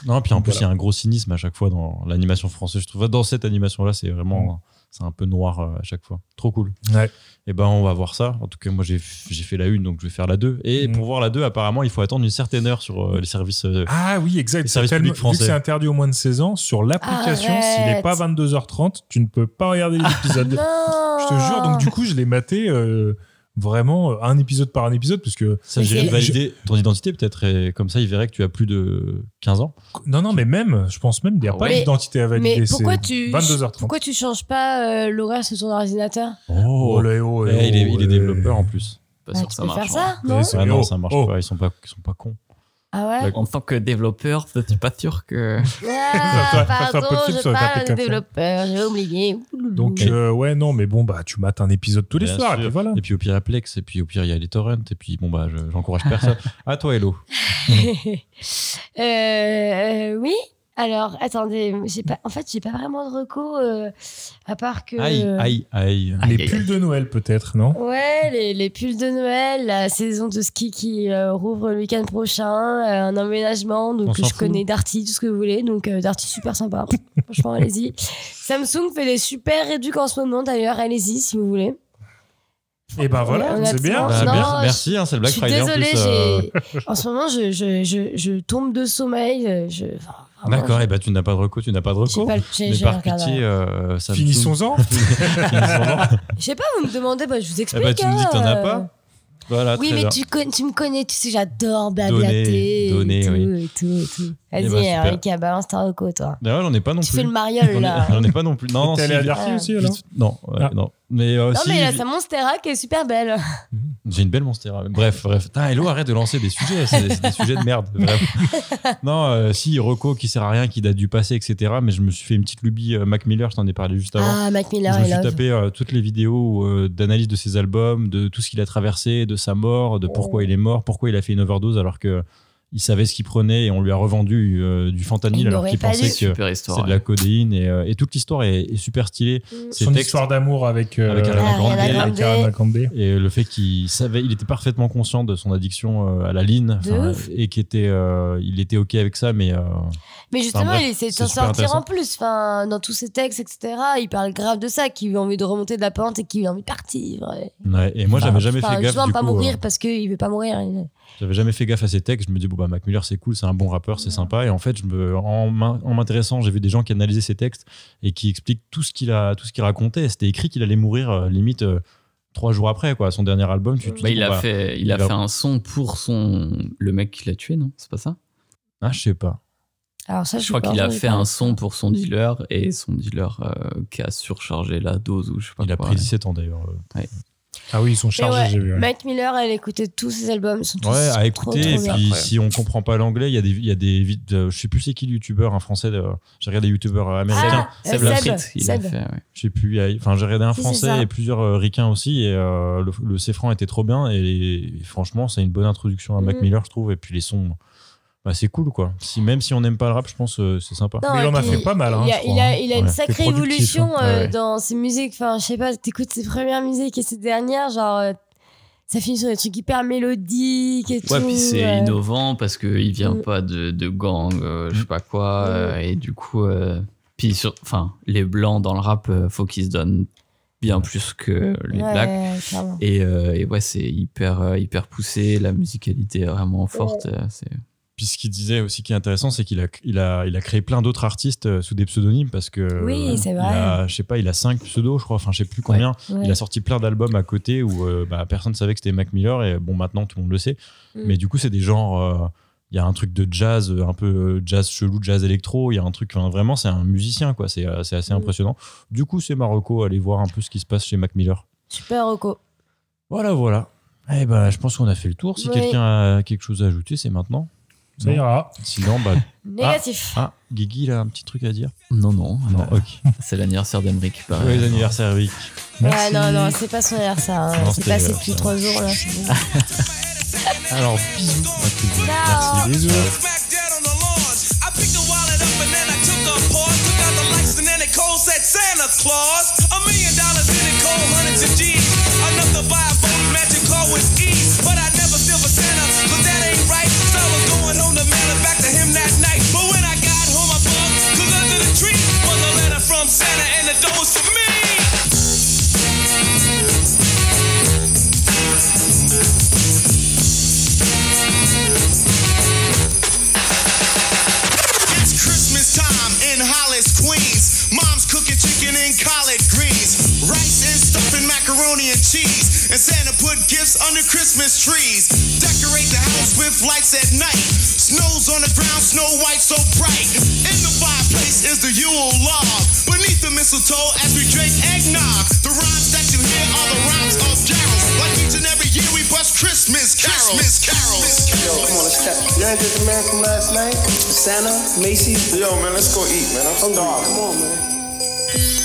Non, puis en plus, il Voilà. y a un gros cynisme à chaque fois dans l'animation française. Je trouve dans cette animation-là, c'est Mm. vraiment c'est un peu noir euh, à chaque fois. Trop cool. Ouais. Et ben, on va voir ça. En tout cas, moi, j'ai j'ai fait la une, donc je vais faire la 2. Et Mm. pour voir la 2, apparemment, il faut attendre une certaine heure sur euh, les services. euh, Ah oui, exact. Les C'est services tellement- publics Vu que français. c'est interdit au moins de 16 ans, sur l'application, s'il n'est Arrête. Ah, pas 22h30, tu ne peux pas regarder l'épisode. Non je te jure. Donc du coup, je l'ai maté euh, vraiment euh, un épisode par un épisode parce que Ça, Mais j'irai c'est- valider ton identité peut-être. Et comme ça, il verrait que tu as plus de 15 ans. non, non, mais même, je pense même, il n'y a Ah pas ouais. d'identité à valider. Mais pourquoi c'est tu, 22h30. pourquoi tu changes pas euh, l'horaire sur ton ordinateur Oh, là, oh, Eh, là, il, est, oh, il est là. développeur en plus. Pas Bah, sûr que Tu ça peux marche. faire hein. ça, Mais non c'est- Ah Mais non, oh, ça marche oh. pas. Ils sont pas, ils sont pas cons. Ah ouais En tant que développeur, peut-être pas sûr que. Ça Ah, serait- ça serait pardon, possible, ça je aurait parle tapé comme ça. de développeur, j'ai oublié. Donc, Et- euh, ouais, non, mais bon, bah, tu mates un épisode tous les Bien soirs, et sûr. puis voilà. Et puis au pire, il y a Plex. Et puis au pire, il y a les torrents. Et puis bon, bah, je- j'encourage personne. à toi, Hello. Euh, euh, oui alors, attendez, j'ai pas, en fait, j'ai pas vraiment de recours, à part que... Aïe, aïe, aïe. Aïe, Les aïe, pulls de Noël, peut-être, non Ouais, les, les pulls de Noël, la saison de ski qui euh, rouvre le week-end prochain, euh, un emménagement, On donc s'en je fout. connais Darty, tout ce que vous voulez, donc euh, Darty super sympa, franchement allez-y. Samsung fait des super réducs en ce moment d'ailleurs, allez-y si vous voulez. Et ben voilà, Honnêtement, c'est bien. Bah, c'est non, bien. je- merci, hein, c'est le Black je suis Friday désolée, en plus. euh, j'ai- en ce moment je, je, je, je tombe de sommeil, euh, je... enfin, vraiment, D'accord, et bah tu n'as pas de recours, tu n'as pas de j'ai recours. pas le- j'ai- Mais j'ai par regardé. pitié, euh, Samsung- Finissons-en. Finissons-en. Je sais pas, vous me demandez, bah, je vous Eh explique. bah tu me dis que t'en as hein. pas. Voilà, Oui, très mais bien. tu, con- tu me connais, tu sais, j'adore blablater. Donner, et tout, donner, et tout, et tout. Eh Vas-y, ben, super. Erika, balance ta reco, toi. D'ailleurs, j'en ai pas non tu plus. fais le mariole, J'en ai- là. J'en ai pas non plus. Non, non, T'es si, allé à j'ai- Darty Ah. aussi, alors Non, ouais, Ah. non. Mais euh, Non, si, mais là, j'ai- sa Monstera qui est super belle. j'ai une belle monstère. Bref, bref. Putain, Hello, arrête de lancer des sujets. C'est c'est des sujets de merde. vraiment. Non, euh, si, Rocco qui sert à rien, qui date du passé, etc. Mais je me suis fait une petite lubie euh, Mac Miller, je t'en ai parlé juste avant. Ah, Mac Miller, je me I suis love. tapé euh, toutes les vidéos euh, d'analyse de Oh. ses albums, de tout ce qu'il a traversé, de sa mort, de pourquoi il est mort, pourquoi il a fait une overdose alors que il savait ce qu'il prenait et on lui a revendu euh, du fentanyl Il alors n'aurait qu'il pas pensait dû. que Super histoire, c'est de la ouais. codéine. Et, euh, et toute l'histoire est, est super stylée. Mm. Ses Son textes- histoire d'amour avec, euh, Avec Ariana Grande. avec Ariana Grande. et le fait qu'il savait, il était parfaitement conscient de son addiction euh, à la ligne De enfin, ouf. et qu'il était, euh, il était ok avec ça, mais euh, Mais justement, enfin, bref, il essaie de c'est s'en super sortir en intéressant. plus. Enfin, dans tous ses textes, etc., il parle grave de ça, qu'il a envie de remonter de la pente et qu'il a envie de partir. Ouais. Ouais, et moi, j'avais jamais Enfin, fait gaffe. justement, Du pas coup, mourir euh, parce qu'il veut pas mourir. Il- j'avais jamais fait gaffe à ses textes. Je me dis bon bah Mac Miller c'est cool, c'est un bon rappeur, c'est sympa. Et en fait, je me, en m'in- en m'intéressant, j'ai vu des gens qui analysaient ses textes et qui expliquent tout ce qu'il a, tout ce qu'il racontait. C'était écrit qu'il allait mourir euh, limite euh, trois jours après quoi. Son dernier album, tu, tu Bah, dis, il bon, a bah, fait, il a fait un son pour son le mec qui l'a tué, non C'est pas ça Ah je sais pas. Alors ça, je, Je crois suis pas hein. qu'il a entendu fait parler. un son pour son dealer et son dealer euh, qui a surchargé la dose ou je sais pas. Il a quoi, pris ouais. 17 ans d'ailleurs. euh. Ouais. Ah oui, ils sont Mais chargés, ouais, j'ai vu. ouais. Mac Miller, elle écoutait tous ses albums. Ils sont tous Ouais, à trop, écouter. trop et bien. puis, Après. si on comprend pas l'anglais, il y a des, il y a des, vid- euh, je sais plus c'est qui le youtubeur, un français. de- J'ai regardé des youtubeurs euh, américains. Ah, Seb Seb Seb. Lafrite, il l'a fait, ouais. Je sais plus. il y a- Enfin, j'ai regardé un Si, c'est ça. français et plusieurs euh, ricains aussi. Et euh, le, le Cefran était trop bien. Et, et franchement, c'est une bonne introduction à Mac Mhm. Miller, je trouve. Et puis les sons, bah, c'est cool, quoi. Si même si on n'aime pas le rap, je pense euh, c'est sympa. Non, Mais il et en a puis, fait pas mal, hein, il, a, je crois, il a- hein. il a Ouais. une C'est sacrée productif, évolution hein. euh, Ouais, ouais. dans ses musiques. Enfin, je sais pas, t'écoutes ses premières musiques et ses dernières, genre, euh, ça finit sur des trucs hyper mélodiques et tout. Ouais, puis c'est euh, innovant parce qu'il vient Mm. pas de, de gang, euh, je sais pas quoi. euh, et du coup, euh, puis sur, enfin, les blancs dans le rap, euh, faut qu'ils se donnent bien plus que euh, les ouais, blacks. clairement. Et, euh, et ouais, c'est hyper, euh, hyper poussé. La musicalité est vraiment forte. euh, c'est- Puis ce qu'il disait aussi qui est intéressant, c'est qu'il a, il a, il a créé plein d'autres artistes euh, sous des pseudonymes parce que. Oui, euh, c'est il vrai. a- Je sais pas, il a cinq pseudos, je crois. Enfin, je sais plus combien. Ouais. Il a sorti plein d'albums à côté où euh, bah, personne savait que c'était Mac Miller et bon maintenant tout le monde le sait. Mm. Mais du coup c'est des genres, euh, il y a un truc de jazz, euh, un peu euh, jazz chelou, jazz électro, il y a un truc, enfin, vraiment c'est un musicien quoi, c'est euh, c'est assez Mm. impressionnant. Du coup c'est Marocco, allez voir un peu ce qui se passe chez Mac Miller. Super Rocco. Ah. Voilà voilà. Eh ben je pense qu'on a fait le tour. Si Ouais. quelqu'un a quelque chose à ajouter c'est maintenant. Ça ira. Sinon bah Négatif. ah Guigui il a un petit truc à dire. Non, non, Non euh, ok. c'est l'anniversaire d'Emeric. Joyeux anniversaire Vic. Ouais, Merci. non, non, c'est pas son air ça. hein. Non, C'est c'était, passé euh, depuis ça. trois jours là. Alors bisous. Merci Ciao. bisous. Smack dead on the lawn. I picked the wallet up and then I took a pause. Took out the lights and then it cold said Santa Claus. A million dollars in it cold, hundreds of G's. Enough to buy a boat, magic car with ease. But I never feel for Santa, cause that ain't right. So I was going home to mail it back to him that night. But when I got home, I bugged, cause under the tree was a letter from Santa and the door was for me. It's Christmas time in Hollis, Queens. Mom's cooking chicken and collard greens, rice and stuffing macaroni and cheese. And Santa put gifts under Christmas trees. Decorate the house with lights at night. Snow's on the ground, snow white so bright. In the fireplace is the Yule log. Beneath the mistletoe as we drink eggnog. The rhymes that you hear are the rhymes of carols. Like each and every year we bust Christmas carols. Christmas carols. Come on, let's step. You ain't this American last night? Santa, Macy's. Yo, man, let's go eat, man. I'm starving. Come on, man.